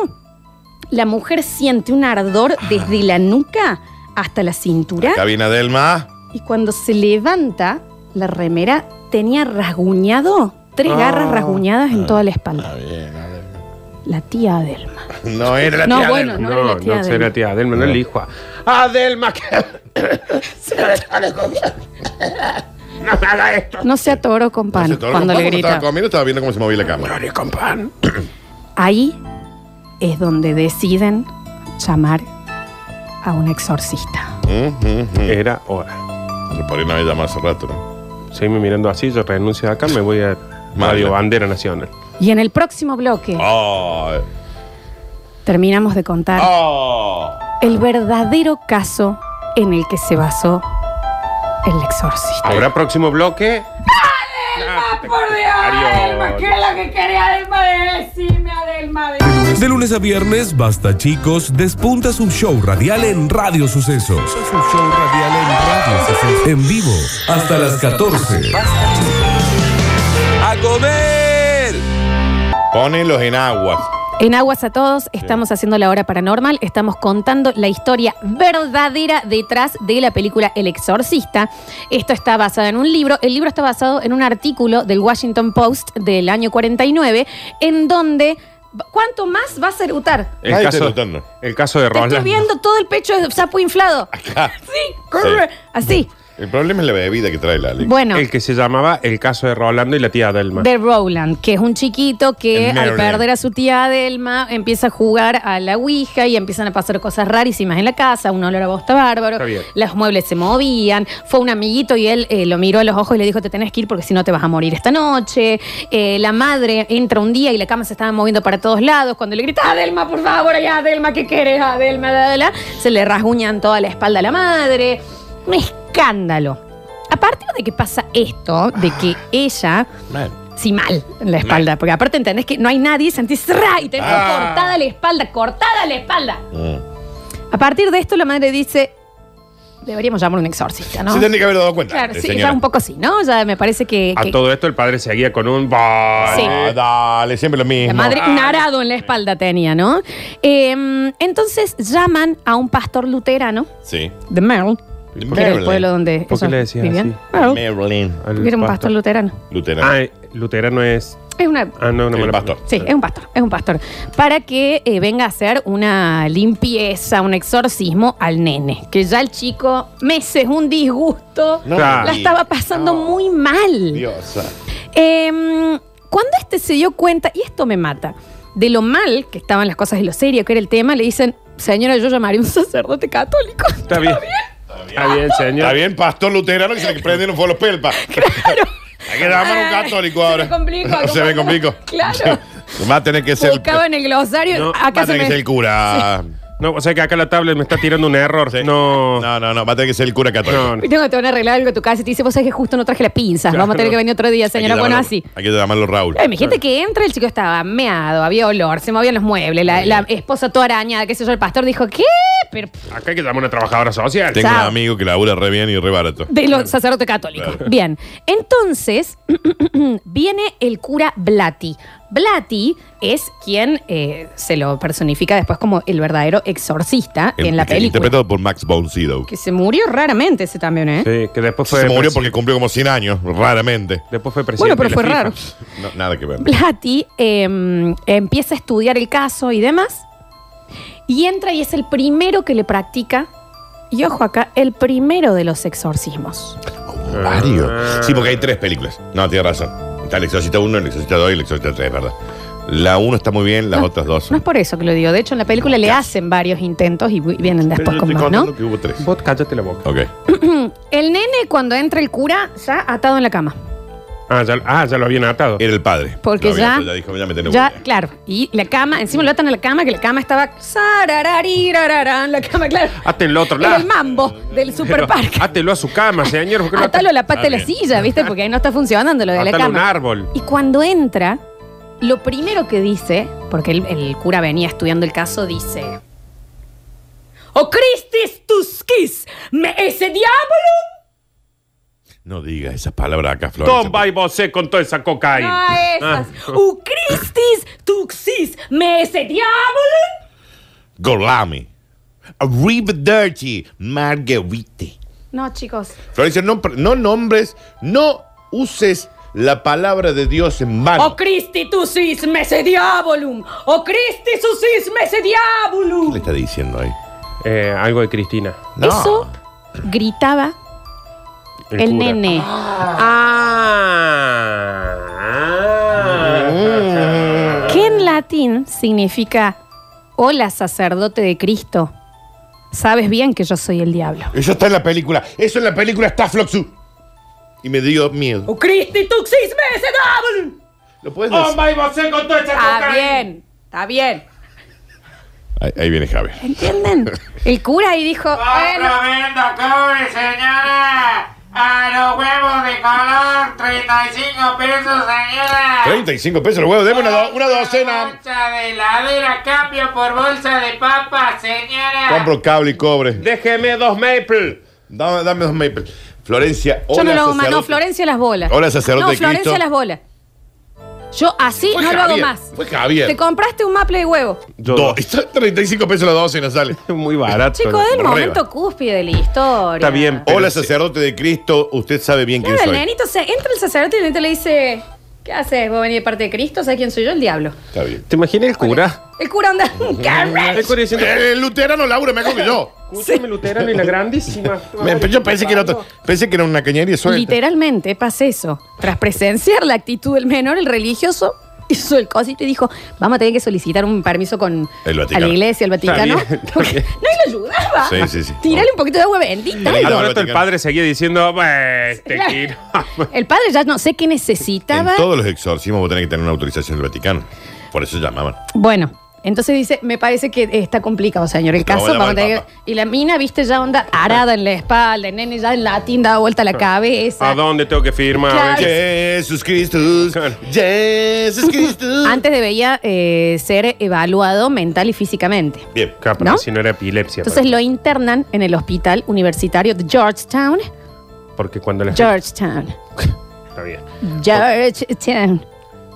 [SPEAKER 1] la mujer siente un ardor desde la nuca hasta la cintura.
[SPEAKER 3] Cabina Delma.
[SPEAKER 1] Y cuando se levanta, la remera tenía rasguñado, tres
[SPEAKER 2] Ah.
[SPEAKER 1] garras rasguñadas en toda la espalda.
[SPEAKER 3] Está bien, Adelma.
[SPEAKER 1] La tía Adelma.
[SPEAKER 3] No era la
[SPEAKER 1] No,
[SPEAKER 3] tía
[SPEAKER 1] bueno,
[SPEAKER 3] Delma.
[SPEAKER 1] No era la tía
[SPEAKER 2] no será
[SPEAKER 1] Adelma.
[SPEAKER 2] tía Adelma, no,
[SPEAKER 3] No.
[SPEAKER 2] el hijo.
[SPEAKER 1] <laughs>
[SPEAKER 2] Adelma, que. no me haga esto.
[SPEAKER 1] No se atoró con pan
[SPEAKER 3] No sé, todo lo
[SPEAKER 1] cuando
[SPEAKER 3] que-
[SPEAKER 1] le grita.
[SPEAKER 3] Estaba comiendo, estaba viendo cómo se movía la cámara.
[SPEAKER 2] Gloria con pan.
[SPEAKER 1] Ahí es donde deciden llamar a un exorcista.
[SPEAKER 2] Era hora.
[SPEAKER 3] Le podrían haber llamado hace rato, ¿no?
[SPEAKER 2] Seguime mirando así, yo renuncio de acá, me voy a Radio Bandera Nacional.
[SPEAKER 1] Y en el próximo bloque
[SPEAKER 3] ¡Oh!
[SPEAKER 1] terminamos de contar
[SPEAKER 3] ¡Oh!
[SPEAKER 1] el verdadero caso en el que se basó el exorcista.
[SPEAKER 2] ¿Habrá próximo bloque? Adelma, por Dios.
[SPEAKER 5] De lunes a viernes, Basta Chicos despunta su show radial en Radio Sucesos. En vivo, hasta las 14. ¡A comer!
[SPEAKER 3] Pónelos en agua.
[SPEAKER 1] En Aguas a Todos estamos haciendo la hora paranormal, estamos contando la historia verdadera detrás de la película El Exorcista. Esto está basado en un libro, el libro está basado en un artículo del Washington Post del año 49, en donde... ¿Cuánto más va a ser Utar?
[SPEAKER 2] El
[SPEAKER 3] Nadie
[SPEAKER 2] caso,
[SPEAKER 3] está notando.
[SPEAKER 2] el caso de
[SPEAKER 1] Te
[SPEAKER 2] Roland.
[SPEAKER 1] estoy viendo todo el pecho de sapo inflado. Sí, corre,
[SPEAKER 3] Sí.
[SPEAKER 1] así.
[SPEAKER 3] El problema es la bebida que trae la Alex.
[SPEAKER 1] Bueno,
[SPEAKER 2] El que se llamaba El caso de Rolando y la tía Adelma.
[SPEAKER 1] de Roland, que es un chiquito que
[SPEAKER 3] En
[SPEAKER 1] al
[SPEAKER 3] Maryland.
[SPEAKER 1] perder a su tía Adelma empieza a jugar a la Ouija y empiezan a pasar cosas rarísimas en la casa, un olor a bosta bárbaro,
[SPEAKER 2] Está bien.
[SPEAKER 1] los muebles se movían, fue un amiguito y él eh, lo miró a los ojos y le dijo te tenés que ir porque si no te vas a morir esta noche, Eh, la madre entra un día y la cama se estaba moviendo para todos lados, cuando le grita Adelma, por favor, ay, Adelma, ¿qué querés, Adelma? la, la, la", Se le rasguñan toda la espalda a la madre, un escándalo. A partir de que pasa esto, de que ella Sí, mal en la espalda. Porque aparte entendés que no hay nadie, sentís ra y tenés
[SPEAKER 3] Ah.
[SPEAKER 1] cortada la espalda, cortada la espalda.
[SPEAKER 3] Mm.
[SPEAKER 1] A partir de esto, la madre dice: deberíamos llamar a un exorcista, ¿no?
[SPEAKER 3] Se tendría que haber dado cuenta.
[SPEAKER 1] claro,
[SPEAKER 3] eh,
[SPEAKER 1] sí,
[SPEAKER 3] señora.
[SPEAKER 1] ya un poco sí, ¿no? Ya me parece que.
[SPEAKER 2] A
[SPEAKER 1] que
[SPEAKER 2] todo esto el padre seguía con un...
[SPEAKER 1] Sí.
[SPEAKER 3] Ah, dale, siempre lo mismo.
[SPEAKER 1] la madre un arado en la espalda tenía, ¿no? Eh, entonces llaman a un pastor luterano
[SPEAKER 3] Sí.
[SPEAKER 1] de Merle, que era el
[SPEAKER 3] Maryland.
[SPEAKER 1] pueblo donde.
[SPEAKER 2] ¿Por qué
[SPEAKER 1] ellos
[SPEAKER 2] le decías
[SPEAKER 1] vivían.
[SPEAKER 2] así?
[SPEAKER 1] Merle,
[SPEAKER 3] Marilyn.
[SPEAKER 2] al
[SPEAKER 1] era un pastor luterano.
[SPEAKER 3] Luterano.
[SPEAKER 2] Ah, eh, luterano es...
[SPEAKER 1] Es una
[SPEAKER 2] Ah, no, no
[SPEAKER 3] El
[SPEAKER 2] me lo
[SPEAKER 3] pastor.
[SPEAKER 1] Sí, es un pastor, es un pastor. Para que eh, venga a hacer una limpieza, un exorcismo al nene. Que ya el chico, meses, un disgusto,
[SPEAKER 3] No,
[SPEAKER 2] Claro.
[SPEAKER 1] la
[SPEAKER 3] sí.
[SPEAKER 1] estaba pasando muy mal.
[SPEAKER 3] Diosa.
[SPEAKER 1] Eh, cuando este se dio cuenta, y esto me mata, de lo mal que estaban las cosas y lo serio que era el tema, le dicen, señora, yo llamaré a un sacerdote católico.
[SPEAKER 2] Está bien. Está bien, señor.
[SPEAKER 3] Está bien, pastor luterano que se le prendieron fuego los
[SPEAKER 1] <laughs>
[SPEAKER 3] pelpas. Claro. Hay que llamar a un
[SPEAKER 1] Ay,
[SPEAKER 3] católico
[SPEAKER 1] Ah, se
[SPEAKER 3] ahora.
[SPEAKER 1] me complica,
[SPEAKER 3] No <laughs> se me
[SPEAKER 1] ¿cómo?
[SPEAKER 3] complico.
[SPEAKER 1] Claro.
[SPEAKER 3] Va a tener que ser.
[SPEAKER 1] Buscaba en el glosario,
[SPEAKER 2] No,
[SPEAKER 3] Va a
[SPEAKER 1] acá se
[SPEAKER 3] tener que
[SPEAKER 1] me...
[SPEAKER 3] ser el cura.
[SPEAKER 2] No, o sea que acá la tablet me está tirando un error.
[SPEAKER 3] Sí.
[SPEAKER 2] No, no,
[SPEAKER 3] No, no, no. Va a tener que ser el cura católico.
[SPEAKER 2] no.
[SPEAKER 1] Tengo que te van a arreglar algo a tu casa y te dice, vos sabés que justo no traje la pinza, vamos a tener
[SPEAKER 2] Claro.
[SPEAKER 1] que venir otro día,
[SPEAKER 3] Hay que
[SPEAKER 1] señora. Bueno,
[SPEAKER 3] llamarlo-
[SPEAKER 1] así.
[SPEAKER 3] Hay que llamarlo Raúl.
[SPEAKER 1] Ay, Imagínate que entra, el chico estaba meado, había olor, se movían los muebles, la, la esposa toda arañada, qué sé yo, el pastor dijo, ¿qué? Pero
[SPEAKER 2] Acá hay que llamar a una trabajadora social.
[SPEAKER 3] Tengo un
[SPEAKER 1] Chao.
[SPEAKER 3] amigo que labura re bien y re barato.
[SPEAKER 1] de los sacerdotes católicos.
[SPEAKER 3] Claro.
[SPEAKER 1] Bien, entonces <clears throat> viene el cura Blati. Blati es quien eh, se lo personifica después como el verdadero exorcista
[SPEAKER 3] El-
[SPEAKER 1] en la
[SPEAKER 3] que-
[SPEAKER 1] película.
[SPEAKER 3] Interpretado por Max Boncido.
[SPEAKER 1] Que se murió raramente ese también, ¿eh?
[SPEAKER 2] Sí, que después fue...
[SPEAKER 3] Se murió
[SPEAKER 2] presi-
[SPEAKER 3] porque cumplió como 100 años, raramente.
[SPEAKER 2] Después fue presidente
[SPEAKER 1] Bueno, pero
[SPEAKER 2] de la
[SPEAKER 1] fue
[SPEAKER 2] FIFA.
[SPEAKER 1] raro.
[SPEAKER 3] No, nada que ver.
[SPEAKER 1] Blatty eh, empieza a estudiar el caso y demás. Y entra y es el primero que le practica. Y ojo acá, el primero de los exorcismos.
[SPEAKER 3] Hubo varios. Sí, porque hay tres películas. No, tienes razón. Está el Exorcista 1, el Exorcista 2 y el Exorcista 3, ¿verdad? La 1 está muy bien, las otras dos.
[SPEAKER 1] Ah. No es por eso que lo digo. De hecho, en la película le hacen varios intentos y vi- vienen
[SPEAKER 3] Pero
[SPEAKER 1] después
[SPEAKER 3] yo
[SPEAKER 1] con
[SPEAKER 3] estoy
[SPEAKER 1] más,
[SPEAKER 3] contando
[SPEAKER 1] ¿no?
[SPEAKER 3] que hubo tres.
[SPEAKER 2] Vos cállate la boca.
[SPEAKER 3] Ok.
[SPEAKER 1] El nene, cuando entra el cura, ya atado en la cama.
[SPEAKER 2] Ah, ya, ah, ya lo habían atado.
[SPEAKER 3] Era el padre.
[SPEAKER 1] Porque
[SPEAKER 3] Lo había
[SPEAKER 1] ya-
[SPEAKER 3] hecho, Ya dijo, ya me tenés
[SPEAKER 1] Ya,
[SPEAKER 3] buena.
[SPEAKER 1] claro. Y la cama, encima lo atan a la cama, que la cama estaba. sarararirararán, La cama, claro.
[SPEAKER 2] Átelo a otro
[SPEAKER 1] Era
[SPEAKER 2] lado.
[SPEAKER 1] el mambo del superparque.
[SPEAKER 2] Átelo a su cama, señor. ¿por qué no
[SPEAKER 1] Atalo a la pata de la
[SPEAKER 3] Está bien.
[SPEAKER 1] silla, ¿viste? Porque ahí no está funcionando lo de la
[SPEAKER 2] Ah, Atalo a un
[SPEAKER 1] cama.
[SPEAKER 2] árbol.
[SPEAKER 1] Y cuando entra, lo primero que dice, porque el, el cura venía estudiando el caso, dice: ¡Oh Christis tusquis! ¡Me ese diablo!
[SPEAKER 3] No digas esas palabras acá, Florencia.
[SPEAKER 2] Toma y vos con toda esa cocaína.
[SPEAKER 1] ¡Ah, esas!
[SPEAKER 2] Ah.
[SPEAKER 1] ¡Oh Christis tuxis! ¡Me ese diablo!
[SPEAKER 3] Gorlami. Arrivederci. Marguerite.
[SPEAKER 1] No, chicos.
[SPEAKER 3] Florencia, no, pr- no nombres, no uses la palabra de Dios en vano.
[SPEAKER 1] ¡Oh Christi tusis! ¡Me ese diablo! ¡Oh Christi tusis! ¡Me ese
[SPEAKER 3] ¿Qué le
[SPEAKER 1] diablo!
[SPEAKER 3] está diciendo ahí?
[SPEAKER 2] Eh, algo de Cristina.
[SPEAKER 3] No.
[SPEAKER 1] Eso gritaba el,
[SPEAKER 2] cura.
[SPEAKER 1] nene. Mm.
[SPEAKER 2] Ah.
[SPEAKER 1] que en latín significa hola sacerdote de Cristo. Sabes bien que yo soy el diablo.
[SPEAKER 3] Eso está en la película. Eso en la película está Floxu. Y me dio miedo.
[SPEAKER 1] ¡O Cristi tuxis me ese diablo!
[SPEAKER 3] ¿Lo puedes decir?
[SPEAKER 2] Toma y vos con toda esa
[SPEAKER 1] Está
[SPEAKER 2] cocaína.
[SPEAKER 1] Ah, bien, está bien.
[SPEAKER 3] Ahí, ahí viene Javier.
[SPEAKER 1] ¿Entienden? El cura ahí dijo, bueno,
[SPEAKER 6] vendo cobre, señora. A los huevos de color, 35 pesos, señora.
[SPEAKER 3] 35 pesos los huevos. Deme una, do- una docena.
[SPEAKER 6] Bolsa de heladera, cambio por bolsa de papa, señora.
[SPEAKER 3] Compro cable y cobre.
[SPEAKER 2] Déjeme dos maple.
[SPEAKER 3] Dame, dame dos maple. Florencia,
[SPEAKER 1] yo no
[SPEAKER 3] hola,
[SPEAKER 1] lo hago más. No,
[SPEAKER 3] sacerdote.
[SPEAKER 1] Florencia las bolas.
[SPEAKER 3] Hola, sacerdote
[SPEAKER 1] No,
[SPEAKER 3] de
[SPEAKER 1] Florencia
[SPEAKER 3] Cristo.
[SPEAKER 1] las bolas. Yo así
[SPEAKER 3] Fue
[SPEAKER 1] no lo hago
[SPEAKER 3] Javier,
[SPEAKER 1] más.
[SPEAKER 3] Fue Javier.
[SPEAKER 1] Te compraste un maple de huevo.
[SPEAKER 2] Yo
[SPEAKER 3] Do- está 35 pesos la docena, sale.
[SPEAKER 2] dos. <laughs> Muy barato.
[SPEAKER 1] Chicos, es el
[SPEAKER 3] Arriba.
[SPEAKER 1] momento cúspide de la historia.
[SPEAKER 2] Está bien. Pero
[SPEAKER 3] Hola,
[SPEAKER 2] sí.
[SPEAKER 3] sacerdote de Cristo. Usted sabe bien quién
[SPEAKER 1] Claro, el
[SPEAKER 3] soy.
[SPEAKER 1] nenito se, entra el sacerdote y el nenito le dice, ¿qué haces? ¿Vos venís de parte de Cristo? ¿Sabes quién soy yo? El diablo.
[SPEAKER 3] Está bien.
[SPEAKER 2] ¿Te imaginas el cura?
[SPEAKER 1] El cura anda <laughs> "Carré".
[SPEAKER 2] El cura diciendo,
[SPEAKER 3] Eh, El luterano Laura mejor que yo.
[SPEAKER 2] escúchame luterano y la grandísima.
[SPEAKER 3] Me- yo pensé que era otro- pensé que era una cañería suelta.
[SPEAKER 1] Literalmente pasa eso. Tras presenciar la actitud del menor, el religioso hizo el cosito y dijo, vamos a tener que solicitar un permiso con
[SPEAKER 3] El
[SPEAKER 1] a
[SPEAKER 3] Vaticano.
[SPEAKER 1] la iglesia, el
[SPEAKER 2] Está
[SPEAKER 1] Vaticano.
[SPEAKER 2] bien, está
[SPEAKER 1] Porque
[SPEAKER 2] bien.
[SPEAKER 1] no y lo ayudaba.
[SPEAKER 3] Sí, sí, sí.
[SPEAKER 1] Tirale un poquito de agua bendita.
[SPEAKER 2] Y
[SPEAKER 3] Ah,
[SPEAKER 2] al
[SPEAKER 3] no,
[SPEAKER 2] rato el
[SPEAKER 3] Vaticano.
[SPEAKER 2] padre seguía diciendo, "Bueno, te
[SPEAKER 1] Claro.
[SPEAKER 2] <laughs> quiero".
[SPEAKER 1] El padre ya no sé qué necesitaba.
[SPEAKER 3] En todos los exorcismos vos tenés que tener una autorización del Vaticano. Por eso llamaban.
[SPEAKER 1] Bueno, entonces dice, me parece que está complicado, señor. El
[SPEAKER 3] Lo
[SPEAKER 1] caso,
[SPEAKER 3] voy a
[SPEAKER 1] vamos a
[SPEAKER 3] llamar
[SPEAKER 1] tener
[SPEAKER 3] al
[SPEAKER 1] que-
[SPEAKER 3] Papa.
[SPEAKER 1] Y la mina, viste, ya onda arada en la espalda, el nene ya en latín da vuelta la cabeza.
[SPEAKER 2] ¿A dónde tengo que firmar?
[SPEAKER 1] Claro. <laughs>
[SPEAKER 3] Jesús Cristus.
[SPEAKER 2] Claro.
[SPEAKER 3] Jesús Cristus.
[SPEAKER 1] Antes debía eh, ser evaluado mental y físicamente.
[SPEAKER 3] Bien.
[SPEAKER 2] Capaz,
[SPEAKER 1] ¿No?
[SPEAKER 2] si no era epilepsia.
[SPEAKER 1] Entonces lo internan en el hospital universitario de Georgetown.
[SPEAKER 2] Porque cuando la gente-
[SPEAKER 1] Georgetown.
[SPEAKER 2] Está bien.
[SPEAKER 1] Georgetown.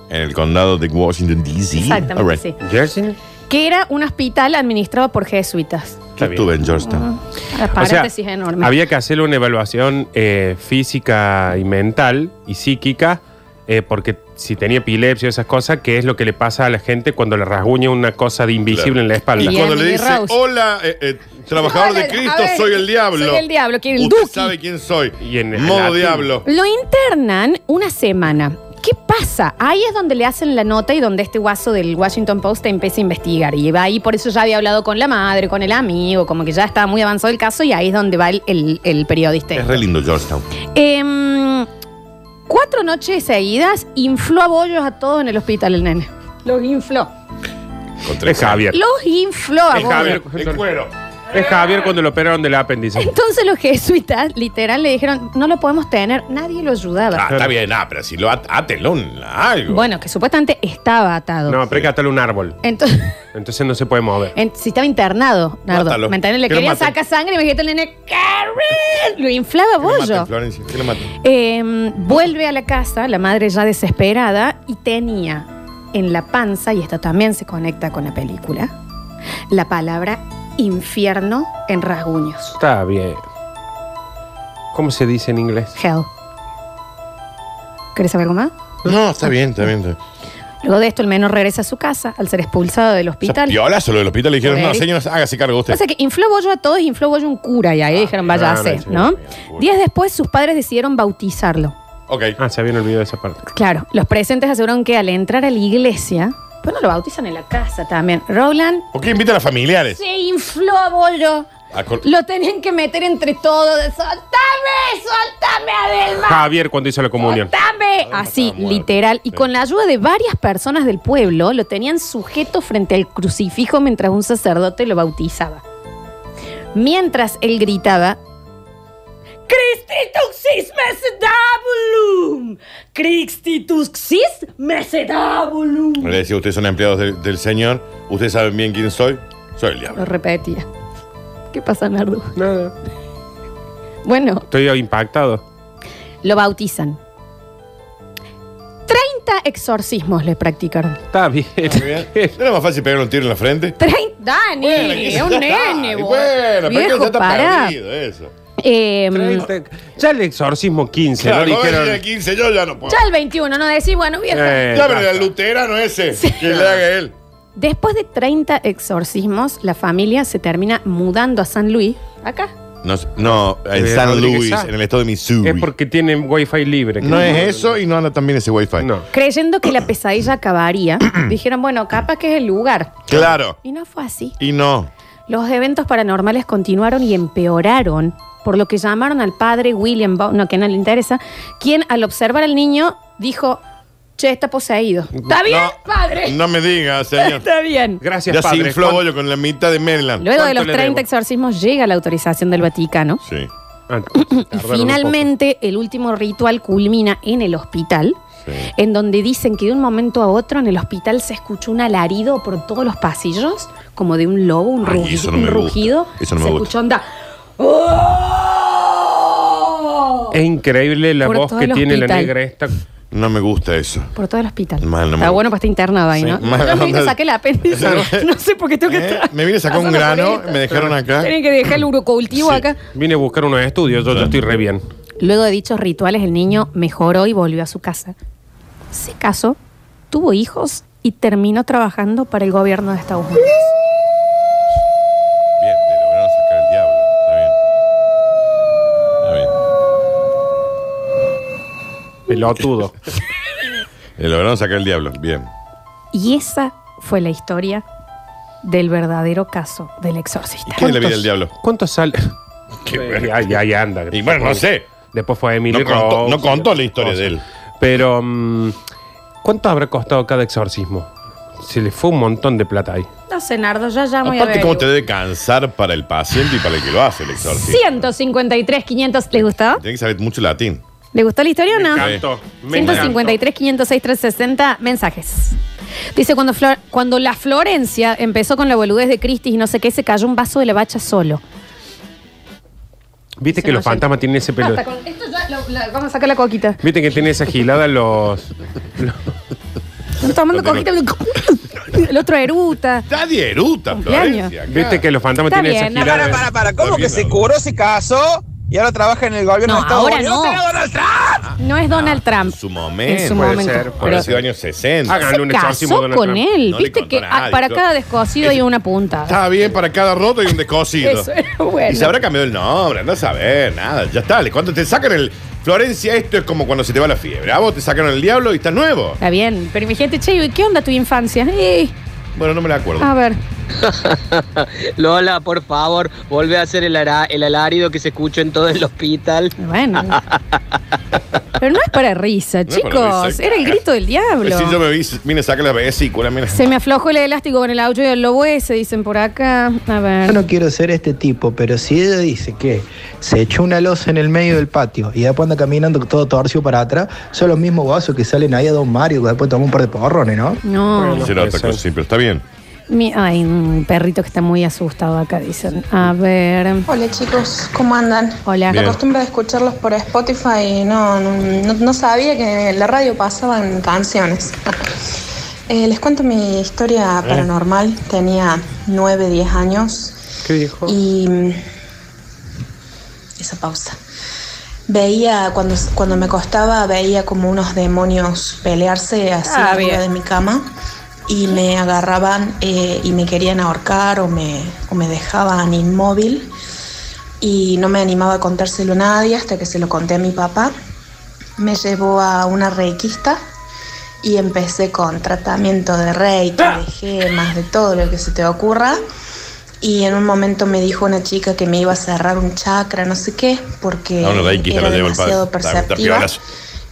[SPEAKER 3] En el condado de Washington, D.C. All
[SPEAKER 1] Exactamente,
[SPEAKER 3] right.
[SPEAKER 1] sí.
[SPEAKER 2] ¿Jersey?
[SPEAKER 1] Que era un hospital administrado por jesuitas. Ah,
[SPEAKER 3] Yo
[SPEAKER 2] Está bien.
[SPEAKER 3] estuve en Georgetown.
[SPEAKER 2] O sea,
[SPEAKER 1] Paréntesis enorme.
[SPEAKER 2] había que hacerle una evaluación eh, física y mental y psíquica, eh, porque si tenía epilepsia o esas cosas, que es lo que le pasa a la gente cuando le rasguña una cosa de invisible
[SPEAKER 3] Claro.
[SPEAKER 2] en la espalda.
[SPEAKER 3] Y
[SPEAKER 1] Bien,
[SPEAKER 3] cuando le
[SPEAKER 1] Mimi
[SPEAKER 3] dice,
[SPEAKER 1] Rose.
[SPEAKER 3] hola, eh, eh, trabajador
[SPEAKER 1] Hola,
[SPEAKER 3] de Cristo,
[SPEAKER 1] a ver,
[SPEAKER 3] soy el diablo.
[SPEAKER 1] soy el diablo, ¿quién? El
[SPEAKER 3] Usted
[SPEAKER 1] Duki.
[SPEAKER 3] sabe quién soy.
[SPEAKER 2] Y en- en
[SPEAKER 3] Modo
[SPEAKER 2] latín.
[SPEAKER 3] diablo.
[SPEAKER 1] Lo internan una semana. ¿Qué pasa? Ahí es donde le hacen la nota y donde este guaso del Washington Post empieza a investigar. Y va ahí, por eso ya había hablado con la madre, con el amigo, como que ya estaba muy avanzado el caso y ahí es donde va el, el- el periodista.
[SPEAKER 3] Es re lindo Georgetown.
[SPEAKER 1] Em, cuatro noches seguidas infló a bollos a todos en el hospital el nene. Los infló.
[SPEAKER 3] Con
[SPEAKER 2] Es Javier.
[SPEAKER 1] Los infló a
[SPEAKER 2] Es Javier.
[SPEAKER 1] bollos.
[SPEAKER 3] El cuero.
[SPEAKER 2] Es Javier cuando lo operaron del apéndice.
[SPEAKER 1] Entonces los jesuitas literal le dijeron, no lo podemos tener, nadie lo ayudaba.
[SPEAKER 3] Ah, está bien, ah, pero si lo at- átelo un- a algo.
[SPEAKER 1] Bueno, que supuestamente estaba atado.
[SPEAKER 2] No, pero hay que atarle un árbol.
[SPEAKER 1] Entonces... <laughs>
[SPEAKER 2] Entonces no se puede mover.
[SPEAKER 1] En- si estaba internado, Nardo.
[SPEAKER 3] Mátalo.
[SPEAKER 1] ¿Me entiendes? Le
[SPEAKER 3] Que lo
[SPEAKER 1] querían
[SPEAKER 3] maten.
[SPEAKER 1] sacar sangre y me dijiste el nene, "Karen", Lo inflaba
[SPEAKER 3] Que lo maten,
[SPEAKER 1] bollo.
[SPEAKER 3] Florencia, que lo maten.
[SPEAKER 1] Eh, vuelve a la casa, la madre ya desesperada, y tenía en la panza, y esto también se conecta con la película, la palabra infierno en rasguños.
[SPEAKER 2] Está bien. ¿Cómo se dice en inglés?
[SPEAKER 1] Hell. ¿Querés saber algo más?
[SPEAKER 3] No, está bien, está bien. está bien.
[SPEAKER 1] Luego de esto, el menor regresa a su casa al ser expulsado del
[SPEAKER 3] O sea,
[SPEAKER 1] hospital.
[SPEAKER 3] piola, solo del hospital le dijeron,
[SPEAKER 1] Por
[SPEAKER 3] no,
[SPEAKER 1] ahí.
[SPEAKER 3] señores, hágase cargo usted.
[SPEAKER 1] O sea que infló bollo a todos, infló bollo un cura y ahí dijeron, vaya a
[SPEAKER 2] Ah, claro,
[SPEAKER 1] hacer,
[SPEAKER 2] sí,
[SPEAKER 1] ¿no?
[SPEAKER 2] sí,
[SPEAKER 1] Días después sus padres decidieron bautizarlo.
[SPEAKER 3] Ok.
[SPEAKER 2] Ah, se habían olvidado esa parte.
[SPEAKER 1] Claro, los presentes aseguraron que al entrar a la iglesia, Pero no lo bautizan en la casa también. Roland
[SPEAKER 3] ¿O qué invitan a familiares?
[SPEAKER 1] se infló a bollo.
[SPEAKER 3] A col-
[SPEAKER 1] Lo tenían que meter entre todos. de, ¡Soltame! ¡Soltame, Adelma!
[SPEAKER 2] Javier cuando hizo la comunión.
[SPEAKER 1] ¡Soltame!
[SPEAKER 3] Adelma
[SPEAKER 1] Así,
[SPEAKER 3] estaba muerta.
[SPEAKER 1] literal. Y
[SPEAKER 3] Sí.
[SPEAKER 1] con la ayuda de varias personas del pueblo, lo tenían sujeto frente al crucifijo mientras un sacerdote lo bautizaba. Mientras él gritaba. Christituxis mesedabulum! Christituxis mesedabulum!
[SPEAKER 3] Le decía, ustedes son empleados del, del Señor, ustedes saben bien quién soy. Soy el
[SPEAKER 1] Lo
[SPEAKER 3] diablo.
[SPEAKER 1] repetía. ¿Qué pasa, Nardo?
[SPEAKER 2] Nada.
[SPEAKER 1] Bueno,
[SPEAKER 2] Estoy impactado.
[SPEAKER 1] lo bautizan. 30 exorcismos le practicaron.
[SPEAKER 2] Está bien.
[SPEAKER 3] Muy bien. ¿No <laughs> era más fácil pegar un tiro en la frente?
[SPEAKER 1] 30. Dani, es
[SPEAKER 3] Ya <laughs>
[SPEAKER 1] un
[SPEAKER 3] está.
[SPEAKER 1] nene,
[SPEAKER 3] Y
[SPEAKER 1] vos.
[SPEAKER 3] Bueno, pero
[SPEAKER 1] Viejo,
[SPEAKER 3] ya está
[SPEAKER 1] pará.
[SPEAKER 3] perdido eso.
[SPEAKER 1] Eh,
[SPEAKER 2] <laughs> Treinta- ya el exorcismo 15,
[SPEAKER 3] Claro,
[SPEAKER 2] ¿no?
[SPEAKER 3] no
[SPEAKER 2] Dijeron.
[SPEAKER 3] de 15, yo ya no puedo.
[SPEAKER 1] ya el 21, no decís, bueno, viejo.
[SPEAKER 2] Eh,
[SPEAKER 3] Ya, pero
[SPEAKER 2] basta.
[SPEAKER 3] el luterano ese, que le haga él.
[SPEAKER 1] Después de 30 exorcismos, la familia se termina mudando a San Luis. Acá.
[SPEAKER 3] No, no en
[SPEAKER 2] Eh,
[SPEAKER 3] San
[SPEAKER 2] Rodríguez
[SPEAKER 3] Luis,
[SPEAKER 2] Sá.
[SPEAKER 3] en el estado de Missouri.
[SPEAKER 2] Es porque tienen wifi libre.
[SPEAKER 3] No es eso y no anda también ese wifi.
[SPEAKER 2] No.
[SPEAKER 1] Creyendo que la pesadilla acabaría, dijeron, bueno, capaz que es el lugar.
[SPEAKER 3] Claro.
[SPEAKER 1] Y no fue así.
[SPEAKER 3] Y no.
[SPEAKER 1] Los eventos paranormales continuaron y empeoraron, por lo que llamaron al padre William Bo- no, que no le interesa, quien al observar al niño dijo, che, está poseído. ¿Está bien,
[SPEAKER 3] No,
[SPEAKER 1] padre?
[SPEAKER 3] No me digas,
[SPEAKER 1] <laughs>
[SPEAKER 3] señor.
[SPEAKER 1] Está bien.
[SPEAKER 2] Gracias,
[SPEAKER 3] ya se
[SPEAKER 2] padre.
[SPEAKER 3] infló
[SPEAKER 2] ¿Cuán-
[SPEAKER 3] bollo con la mitad de Maryland.
[SPEAKER 1] Luego de
[SPEAKER 2] ¿Cuánto
[SPEAKER 1] los
[SPEAKER 2] le
[SPEAKER 1] 30
[SPEAKER 2] debo?
[SPEAKER 1] exorcismos llega la autorización del Vaticano.
[SPEAKER 3] Sí,
[SPEAKER 2] Ah,
[SPEAKER 1] Y
[SPEAKER 2] tardaron un
[SPEAKER 1] finalmente el último ritual culmina en el hospital,
[SPEAKER 3] sí.
[SPEAKER 1] en donde dicen que de un momento a otro en el hospital se escuchó un alarido por todos los pasillos, como de un lobo, un,
[SPEAKER 3] Ay,
[SPEAKER 1] rugi-
[SPEAKER 3] eso no
[SPEAKER 1] un
[SPEAKER 3] me gusta.
[SPEAKER 1] rugido.
[SPEAKER 3] Eso no me
[SPEAKER 1] se
[SPEAKER 3] gusta.
[SPEAKER 1] escuchó onda. ¡Oh!
[SPEAKER 2] poco. Es increíble la
[SPEAKER 1] Por
[SPEAKER 2] voz
[SPEAKER 1] todo
[SPEAKER 2] que
[SPEAKER 1] el
[SPEAKER 2] tiene la
[SPEAKER 1] hospital.
[SPEAKER 2] negra esta.
[SPEAKER 3] No me gusta eso.
[SPEAKER 1] Por todo el hospital.
[SPEAKER 3] Mal, no me
[SPEAKER 1] Está
[SPEAKER 3] gusta.
[SPEAKER 1] bueno para estar internado ahí,
[SPEAKER 3] Sí,
[SPEAKER 1] ¿no?
[SPEAKER 3] mal,
[SPEAKER 1] Yo me vine
[SPEAKER 3] mal.
[SPEAKER 1] a sacar la
[SPEAKER 3] <laughs>
[SPEAKER 1] apéndice. <laughs> No sé por qué tengo que
[SPEAKER 3] ¿Eh?
[SPEAKER 1] estar.
[SPEAKER 3] Me vine a sacar
[SPEAKER 1] <laughs>
[SPEAKER 3] un
[SPEAKER 1] pasando por
[SPEAKER 3] grano,
[SPEAKER 1] esto.
[SPEAKER 3] me dejaron acá.
[SPEAKER 1] Tienen que dejar el urocultivo
[SPEAKER 3] Sí.
[SPEAKER 1] acá.
[SPEAKER 2] Vine a buscar unos estudios, yo ya estoy re bien.
[SPEAKER 1] Luego de dichos rituales, el niño mejoró y volvió a su casa. Se casó, tuvo hijos y terminó trabajando para el gobierno de Estados Unidos.
[SPEAKER 3] Bien, le lograron sacar el diablo. Está bien. Está bien. <laughs>
[SPEAKER 2] Pelotudo.
[SPEAKER 3] Le lograron sacar el diablo. Bien.
[SPEAKER 1] Y esa fue la historia del verdadero caso del
[SPEAKER 3] ¿Y
[SPEAKER 1] exorcista.
[SPEAKER 3] qué es la vida
[SPEAKER 2] ¿Cuántos?
[SPEAKER 3] del diablo?
[SPEAKER 2] ¿Cuánto sale?
[SPEAKER 3] <laughs> Qué
[SPEAKER 2] ya, ya, ya anda.
[SPEAKER 3] Y bueno, no sé.
[SPEAKER 2] Después fue Emily
[SPEAKER 3] No contó-
[SPEAKER 2] Rose.
[SPEAKER 3] no contó la historia de él.
[SPEAKER 2] Pero, mm, ¿cuánto habrá costado cada exorcismo? Se le fue un montón de plata ahí.
[SPEAKER 1] No sé, Nardo, ya llamo y
[SPEAKER 3] Aparte, cómo te
[SPEAKER 1] averiguo.
[SPEAKER 3] debe cansar para el paciente y para el que lo hace el exorcismo.
[SPEAKER 1] 153, 500. ¿Le gustó?
[SPEAKER 3] Tiene que saber mucho latín.
[SPEAKER 1] ¿Le gustó la historia o no?
[SPEAKER 2] Encantó, me encantó.
[SPEAKER 1] 153, 506, 360 mensajes. Dice, cuando, Flor- cuando la Florencia empezó con la boludez de Christie y no sé qué, se cayó un vaso de la bacha solo.
[SPEAKER 2] Viste
[SPEAKER 1] Se
[SPEAKER 2] que
[SPEAKER 1] me
[SPEAKER 2] los
[SPEAKER 1] oyente.
[SPEAKER 2] fantasmas tienen ese pelo.
[SPEAKER 1] Basta con- esto ya lo- la- vamos a sacar la coquita.
[SPEAKER 2] Viste que tiene esa gilada los.
[SPEAKER 1] Estoy tomando
[SPEAKER 3] Lo
[SPEAKER 1] coquita. El otro eruta.
[SPEAKER 3] Está dieruta,
[SPEAKER 1] Cumpleaños.
[SPEAKER 3] Florencia. acá.
[SPEAKER 2] Viste que los fantasmas
[SPEAKER 1] Está
[SPEAKER 2] tienen
[SPEAKER 1] bien,
[SPEAKER 2] esa
[SPEAKER 1] no,
[SPEAKER 7] Para,
[SPEAKER 2] gilada.
[SPEAKER 7] para, para.
[SPEAKER 3] Está
[SPEAKER 7] ¿Cómo
[SPEAKER 3] bien,
[SPEAKER 7] que se
[SPEAKER 3] Laura.
[SPEAKER 7] curó, se casó y ahora trabaja en el gobierno
[SPEAKER 1] No,
[SPEAKER 7] de Estados
[SPEAKER 1] ahora
[SPEAKER 7] Unidos?
[SPEAKER 1] no.
[SPEAKER 7] ¡Será Donald Trump!
[SPEAKER 1] No es Donald
[SPEAKER 3] En
[SPEAKER 1] Trump.
[SPEAKER 3] Ah, su momento.
[SPEAKER 1] En su
[SPEAKER 2] puede
[SPEAKER 1] momento.
[SPEAKER 2] ser, puede
[SPEAKER 1] Pero
[SPEAKER 3] Pero ha sido años 60.
[SPEAKER 2] Háganle un
[SPEAKER 1] se
[SPEAKER 2] exorcismo a
[SPEAKER 1] casó
[SPEAKER 2] Donald
[SPEAKER 1] con
[SPEAKER 2] Trump.
[SPEAKER 1] él.
[SPEAKER 3] No le
[SPEAKER 1] Viste
[SPEAKER 3] contó
[SPEAKER 1] que
[SPEAKER 3] a nadie,
[SPEAKER 1] ah, para
[SPEAKER 3] yo-
[SPEAKER 1] cada descosido hay una punta.
[SPEAKER 3] Está bien, para cada roto hay un descosido.
[SPEAKER 1] Eso era bueno.
[SPEAKER 3] Y se habrá cambiado el nombre, no saber, nada. Ya está. Cuando te sacan el. Florencia, esto es como cuando se te va la fiebre. A vos te sacaron el diablo y estás nuevo.
[SPEAKER 1] Está bien, pero imagínate, che, ¿y ¿qué onda tu infancia? Eh,
[SPEAKER 3] Bueno, no me la acuerdo.
[SPEAKER 1] a ver,
[SPEAKER 8] Lola, por favor, vuelve a hacer el, ara- el alarido que se escuchó en todo el hospital.
[SPEAKER 1] bueno. Pero no es para risa,
[SPEAKER 3] No es para
[SPEAKER 1] chicos.
[SPEAKER 3] risa.
[SPEAKER 1] Era el grito del diablo.
[SPEAKER 3] Si yo me vi, vine a sacar la vesícula, mira.
[SPEAKER 1] Se me aflojó el elástico con el audio del lobo ese, dicen por acá. A ver.
[SPEAKER 9] Yo no quiero ser este tipo, pero si ella dice que se echó una losa en el medio del patio y después anda caminando todo torcio para atrás, son los mismos vasos que salen ahí a Don Mario que después toma un par de porrones, ¿no?
[SPEAKER 1] No.
[SPEAKER 3] Será otra cosa, sí, pero está bien.
[SPEAKER 1] Mi- hay un perrito que está muy asustado acá, dicen. A ver.
[SPEAKER 10] Hola chicos, ¿cómo andan?
[SPEAKER 1] Hola.
[SPEAKER 10] La
[SPEAKER 3] Bien.
[SPEAKER 10] costumbre de escucharlos por Spotify y no, no, no sabía que en la radio pasaban canciones. <laughs> Eh, les cuento mi historia paranormal. Tenía 9, 10 años.
[SPEAKER 2] ¿Qué dijo?
[SPEAKER 10] Y mm, esa pausa. Veía, cuando, cuando me acostaba, veía como unos demonios pelearse así
[SPEAKER 1] Ah,
[SPEAKER 10] arriba
[SPEAKER 1] bien.
[SPEAKER 10] de mi cama y me agarraban eh, y me querían ahorcar o me, o me dejaban inmóvil y no me animaba a contárselo a nadie hasta que se lo conté a mi papá. Me llevó a una reikista y empecé con tratamiento de reiki, de gemas, de todo lo que se te ocurra. Y en un momento me dijo una chica que me iba a cerrar un chakra, no sé qué, porque
[SPEAKER 3] No, no, reiki, te
[SPEAKER 10] era
[SPEAKER 3] lo llevo el padre.
[SPEAKER 10] demasiado
[SPEAKER 3] Está- está
[SPEAKER 10] perceptiva.
[SPEAKER 3] piorazo.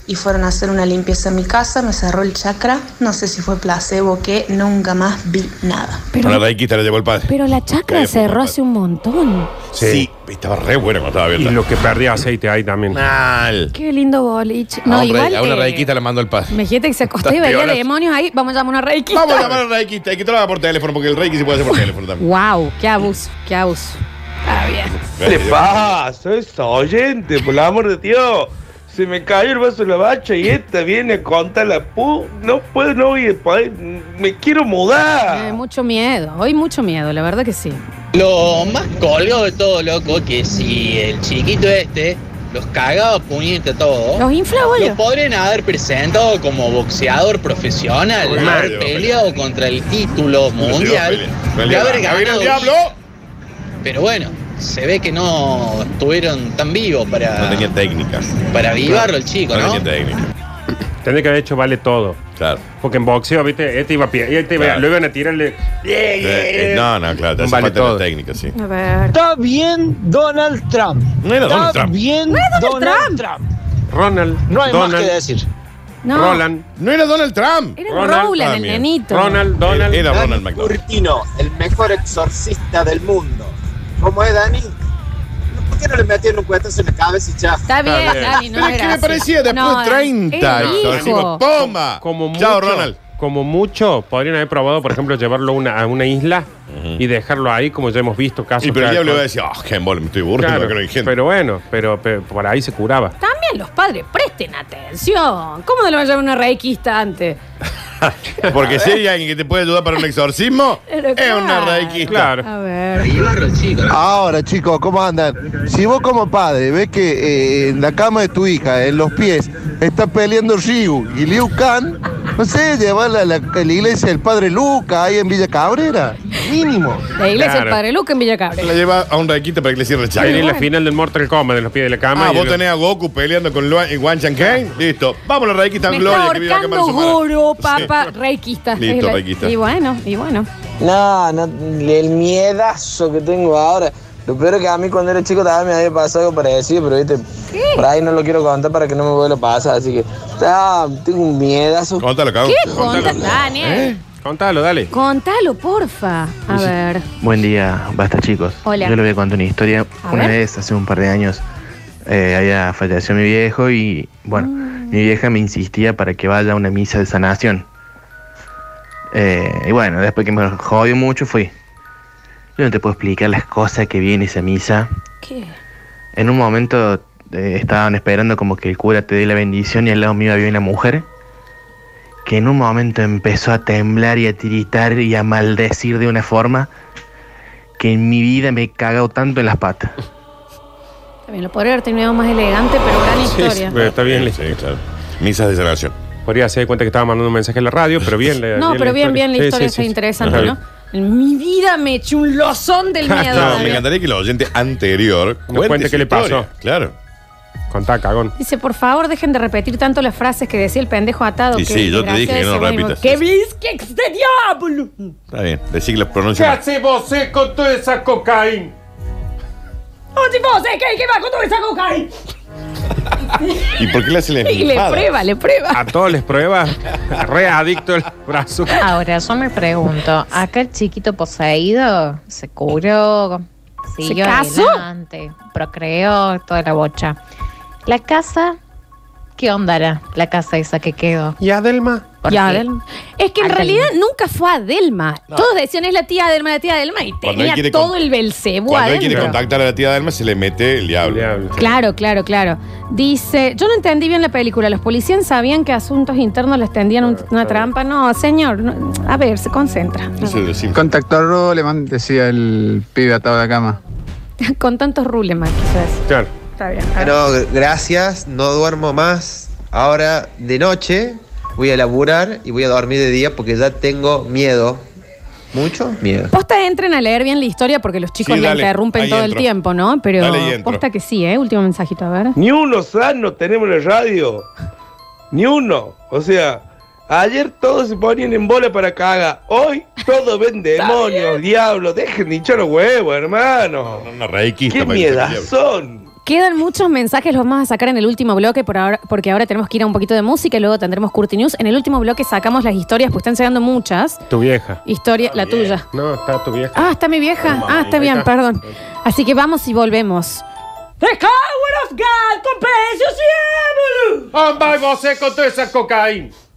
[SPEAKER 10] y fueron a hacer una limpieza en mi casa, me cerró el chakra, no sé si fue placebo o qué, nunca más vi nada.
[SPEAKER 3] Ahora Reiki te la llevó el padre.
[SPEAKER 1] Pero la chacra
[SPEAKER 3] Ahí fue
[SPEAKER 1] cerró
[SPEAKER 3] papá.
[SPEAKER 1] hace un montón.
[SPEAKER 3] Sí. estaba re buena cuando estaba
[SPEAKER 2] Y
[SPEAKER 3] abierta.
[SPEAKER 2] lo que perdí aceite ahí también.
[SPEAKER 3] Mal.
[SPEAKER 1] Qué lindo boliche.
[SPEAKER 3] a,
[SPEAKER 1] No,
[SPEAKER 3] un re-
[SPEAKER 1] igual.
[SPEAKER 3] a una
[SPEAKER 1] te-
[SPEAKER 3] reiquita la mandó el padre.
[SPEAKER 1] Imagínate que se acostó
[SPEAKER 3] Está
[SPEAKER 1] y veía
[SPEAKER 3] peor.
[SPEAKER 1] demonios ahí. Vamos a llamar a una reiki.
[SPEAKER 3] Vamos a llamar al reiquita. Hay que trabajar por teléfono porque el reiki se puede hacer por teléfono también.
[SPEAKER 1] Wow, qué abuso, qué abuso. Está bien.
[SPEAKER 7] ¿Qué le pasa? Es Ah, oyente, por el amor de Dios. Se me cayó el vaso de la bacha y esta viene a contar la pu. No puedo, no voy a poder. Me quiero
[SPEAKER 1] Eh,
[SPEAKER 7] mudar.
[SPEAKER 1] mucho miedo, hoy mucho miedo, la verdad que sí.
[SPEAKER 11] Lo más colgado de todo, loco, que si el chiquito este los cagaba a puñete a todos,
[SPEAKER 1] Los infla, boludo.
[SPEAKER 11] lo podrían haber presentado como boxeador profesional,
[SPEAKER 3] Uy,
[SPEAKER 11] haber
[SPEAKER 3] Mario.
[SPEAKER 11] peleado contra el título mundial, de haber
[SPEAKER 3] ¡A ver el
[SPEAKER 11] ganado.
[SPEAKER 3] diablo!
[SPEAKER 11] Pero bueno, se ve que no estuvieron tan vivos
[SPEAKER 3] No
[SPEAKER 11] para,
[SPEAKER 3] tenía técnica.
[SPEAKER 11] para avivarlo el chico,
[SPEAKER 3] No
[SPEAKER 11] ¿no?
[SPEAKER 3] tenía técnica.
[SPEAKER 2] Tendría que haber hecho vale todo.
[SPEAKER 3] Claro.
[SPEAKER 2] Porque en boxeo, viste, este iba a pie, este iba-
[SPEAKER 3] Claro.
[SPEAKER 2] lo iban a tirarle.
[SPEAKER 3] Eh, eh, no, no, claro. Te
[SPEAKER 2] Un
[SPEAKER 3] hace
[SPEAKER 2] vale
[SPEAKER 3] falta
[SPEAKER 2] todo.
[SPEAKER 3] la técnica, sí.
[SPEAKER 1] A ver.
[SPEAKER 12] Está bien Donald Trump.
[SPEAKER 3] No era Donald Trump.
[SPEAKER 12] bien Donald Trump.
[SPEAKER 2] Ronald.
[SPEAKER 12] No hay
[SPEAKER 2] Donald,
[SPEAKER 12] más que decir.
[SPEAKER 1] No,
[SPEAKER 2] Roland.
[SPEAKER 3] No era Donald Trump.
[SPEAKER 1] era
[SPEAKER 2] Ronald,
[SPEAKER 1] Roland,
[SPEAKER 3] ah,
[SPEAKER 1] el
[SPEAKER 3] mira.
[SPEAKER 1] nenito.
[SPEAKER 2] Ronald, Donald.
[SPEAKER 3] Era
[SPEAKER 12] Dani
[SPEAKER 3] Ronald McDonald.
[SPEAKER 12] Curtino, el mejor exorcista del mundo. ¿Cómo es, Dani? ¿Por qué no le metieron un cuetazo en la cabeza y ya?
[SPEAKER 1] Está bien,
[SPEAKER 2] Está bien.
[SPEAKER 1] Dani, no
[SPEAKER 3] Pero es que me
[SPEAKER 1] gracias.
[SPEAKER 3] parecía después
[SPEAKER 1] No,
[SPEAKER 3] de 30.
[SPEAKER 1] era
[SPEAKER 3] y todo,
[SPEAKER 1] hijo.
[SPEAKER 3] digo, ¡Toma!
[SPEAKER 2] Como
[SPEAKER 3] Ah, Chao,
[SPEAKER 2] mucho,
[SPEAKER 3] Ronald.
[SPEAKER 2] Como mucho, podrían haber probado, por ejemplo, llevarlo a una- a una isla y dejarlo ahí, como ya hemos visto casos.
[SPEAKER 3] Y pero
[SPEAKER 2] que
[SPEAKER 3] el
[SPEAKER 2] hay-
[SPEAKER 3] diablo iba a decir, ¡ah, qué embole, me estoy burlando!
[SPEAKER 2] Claro,
[SPEAKER 3] que no hay gente.
[SPEAKER 2] pero bueno, pero, pero por ahí se curaba.
[SPEAKER 1] También los padres, presten atención. ¿Cómo no le va a llamar una reikista antes?
[SPEAKER 3] <laughs> Porque si hay alguien que te puede ayudar para un exorcismo,
[SPEAKER 1] Pero
[SPEAKER 3] es una
[SPEAKER 1] claro.
[SPEAKER 3] reiquista.
[SPEAKER 2] Claro.
[SPEAKER 1] A ver.
[SPEAKER 11] Avivarlo el chico, ¿no?
[SPEAKER 13] Ahora, chicos, ¿cómo andan? Si vos como padre ves que eh, en la cama de tu hija, en los pies, está peleando Ryu y Liu Kang, no sé, llevarla a la, a la iglesia del Padre Luca, ahí en Villa Cabrera, mínimo.
[SPEAKER 1] La iglesia del
[SPEAKER 2] Claro.
[SPEAKER 1] Padre Luca en Villa Cabrera.
[SPEAKER 3] La lleva a un reiquista para que le cierre el
[SPEAKER 2] Ahí
[SPEAKER 3] chakra.
[SPEAKER 2] en la final del Mortal Kombat, en los pies de la cama.
[SPEAKER 3] Ah,
[SPEAKER 2] y
[SPEAKER 3] vos
[SPEAKER 2] el-
[SPEAKER 3] tenés a Goku peleando con Luan, y Wan Chang Kang. Listo. Vamos a la reiquista
[SPEAKER 1] Me está
[SPEAKER 3] Gloria que vive acá en
[SPEAKER 1] ahorcando
[SPEAKER 3] Marzomara.
[SPEAKER 1] Goro,
[SPEAKER 3] Sí.
[SPEAKER 1] papá, reikista.
[SPEAKER 3] Listo,
[SPEAKER 1] Es la-
[SPEAKER 3] reikista.
[SPEAKER 1] Y bueno, y bueno.
[SPEAKER 12] No, no, el miedazo que tengo ahora. Lo peor es que a mí cuando era chico también me había pasado algo parecido, pero viste, por ahí no lo quiero contar para que no me vuelva a pasar, así que ah, tengo un miedazo.
[SPEAKER 3] Oh, Contalo, ¿Eh? cabrón.
[SPEAKER 1] ¿Qué contás, Daniel?
[SPEAKER 2] Contalo, dale.
[SPEAKER 1] Contalo, porfa. A ver.
[SPEAKER 14] Buen día, basta chicos.
[SPEAKER 1] Hola.
[SPEAKER 14] Yo les voy a contar una historia.
[SPEAKER 1] A
[SPEAKER 14] una
[SPEAKER 1] ver.
[SPEAKER 14] vez, hace un par de años, eh, había fallecido mi viejo y, bueno,
[SPEAKER 1] Mm.
[SPEAKER 14] mi vieja me insistía para que vaya a una misa de sanación. Eh, y bueno, después que me jodió mucho, fui. Yo no te puedo explicar las cosas que vi en esa misa.
[SPEAKER 1] ¿Qué?
[SPEAKER 14] En un momento eh, estaban esperando como que el cura te dé la bendición y al lado mío había una mujer que en un momento empezó a temblar y a tiritar y a maldecir de una forma que en mi vida me he cagado tanto en las patas.
[SPEAKER 1] También lo podría haber terminado más elegante, pero gran
[SPEAKER 2] Sí, sí,
[SPEAKER 1] historia.
[SPEAKER 2] pero está bien.
[SPEAKER 3] Sí, sí, claro. Misas de sanación.
[SPEAKER 2] Podría hacer de cuenta que estaba mandando un mensaje en la radio, pero bien. la-
[SPEAKER 1] No, pero bien, bien, la
[SPEAKER 2] Sí,
[SPEAKER 1] historia
[SPEAKER 2] sí,
[SPEAKER 1] está
[SPEAKER 2] sí, sí.
[SPEAKER 1] interesante,
[SPEAKER 2] Ajá.
[SPEAKER 1] ¿no? En mi vida me eché un lozón del miedo.
[SPEAKER 3] <laughs> No,
[SPEAKER 1] Daniel.
[SPEAKER 3] me encantaría que el oyente anterior cuente,
[SPEAKER 2] cuente
[SPEAKER 3] su
[SPEAKER 2] qué le
[SPEAKER 3] historia.
[SPEAKER 2] pasó.
[SPEAKER 3] Claro.
[SPEAKER 2] Contá, cagón.
[SPEAKER 1] Dice, por favor, dejen de repetir tanto las frases que decía el pendejo atado.
[SPEAKER 3] Y
[SPEAKER 1] que
[SPEAKER 3] sí, yo te dije que no
[SPEAKER 1] desgraciado,
[SPEAKER 3] repitas.
[SPEAKER 1] ¡Que visque este diablo!
[SPEAKER 3] Está bien. Decí que las pronuncio
[SPEAKER 2] ¿Qué
[SPEAKER 3] mal.
[SPEAKER 2] hace vos eh, con toda esa cocaína?
[SPEAKER 1] ¡Oye, vos, eh, que, que bajo toda esa cocaína!
[SPEAKER 3] ¿Y por qué le hace
[SPEAKER 1] <laughs>
[SPEAKER 3] la
[SPEAKER 1] Y le
[SPEAKER 3] esnifada?
[SPEAKER 1] prueba, le
[SPEAKER 15] Ah,
[SPEAKER 1] prueba.
[SPEAKER 2] A todos les prueba. <laughs> Re adicto el brazo.
[SPEAKER 1] Ah.
[SPEAKER 16] Ahora, yo me pregunto, ¿acá el chiquito poseído se curó?
[SPEAKER 1] ¿Se
[SPEAKER 16] siguió
[SPEAKER 1] casó?
[SPEAKER 16] adelante, procreó, toda la bocha. ¿La casa? ¿Qué onda era la casa esa que quedó?
[SPEAKER 2] ¿Y Adelma?
[SPEAKER 16] ¿Por
[SPEAKER 1] Y
[SPEAKER 16] qué?
[SPEAKER 1] Adelma. Es que en
[SPEAKER 16] Adelma.
[SPEAKER 1] realidad nunca fue Adelma. Todos decían, es la tía Adelma, la tía Adelma, y
[SPEAKER 3] él
[SPEAKER 1] tenía
[SPEAKER 3] quiere
[SPEAKER 1] todo
[SPEAKER 3] con-
[SPEAKER 1] el belcebú
[SPEAKER 3] Cuando él quiere
[SPEAKER 1] adentro.
[SPEAKER 3] contactar a la tía Delma, se le mete el diablo.
[SPEAKER 2] Diablo.
[SPEAKER 1] Claro, claro, claro. Dice, yo no entendí bien la película. Los policías sabían que asuntos internos les tendían un- una trampa. No, señor, no- a ver, se concentra.
[SPEAKER 3] Eso es decir.
[SPEAKER 17] Contactarlo, le man- decía el pibe atado a la cama.
[SPEAKER 1] Con tantos rulemas, quizás.
[SPEAKER 2] Claro.
[SPEAKER 1] Está bien. a ver.
[SPEAKER 15] Pero gracias, no duermo más. Ahora de noche voy a laburar y voy a dormir de día porque ya tengo miedo. ¿Mucho? Miedo.
[SPEAKER 1] Posta entren a leer bien la historia porque los chicos
[SPEAKER 15] Sí,
[SPEAKER 1] la
[SPEAKER 15] dale,
[SPEAKER 1] interrumpen
[SPEAKER 15] ahí
[SPEAKER 1] todo el
[SPEAKER 15] entro.
[SPEAKER 1] tiempo, ¿no? Pero
[SPEAKER 15] Dale, ahí entro.
[SPEAKER 1] posta que sí, ¿eh? Último mensajito, a ver.
[SPEAKER 7] Ni uno sano tenemos en la radio. Ni uno. O sea, Ayer todos se ponían en bola para caga. Hoy todos ven demonios, diablo. Dejen de hinchar los huevos, hermano.
[SPEAKER 3] Una reikista.
[SPEAKER 7] ¡Qué
[SPEAKER 3] para que se
[SPEAKER 7] miedas
[SPEAKER 3] quiebre.
[SPEAKER 7] son!
[SPEAKER 1] Quedan muchos mensajes, los vamos a sacar en el último bloque por ahora, porque ahora tenemos que ir a un poquito de música y luego tendremos Curti News. En el último bloque sacamos las historias, pues están llegando muchas.
[SPEAKER 2] Tu vieja.
[SPEAKER 1] Historia, la tuya.
[SPEAKER 2] No, está tu vieja.
[SPEAKER 1] Ah, está mi vieja. Ah, está bien, perdón. Así que vamos y volvemos. É
[SPEAKER 18] The Coward of God, con precios y
[SPEAKER 2] ¡Hombre, vos con toda eh, esa cocaína!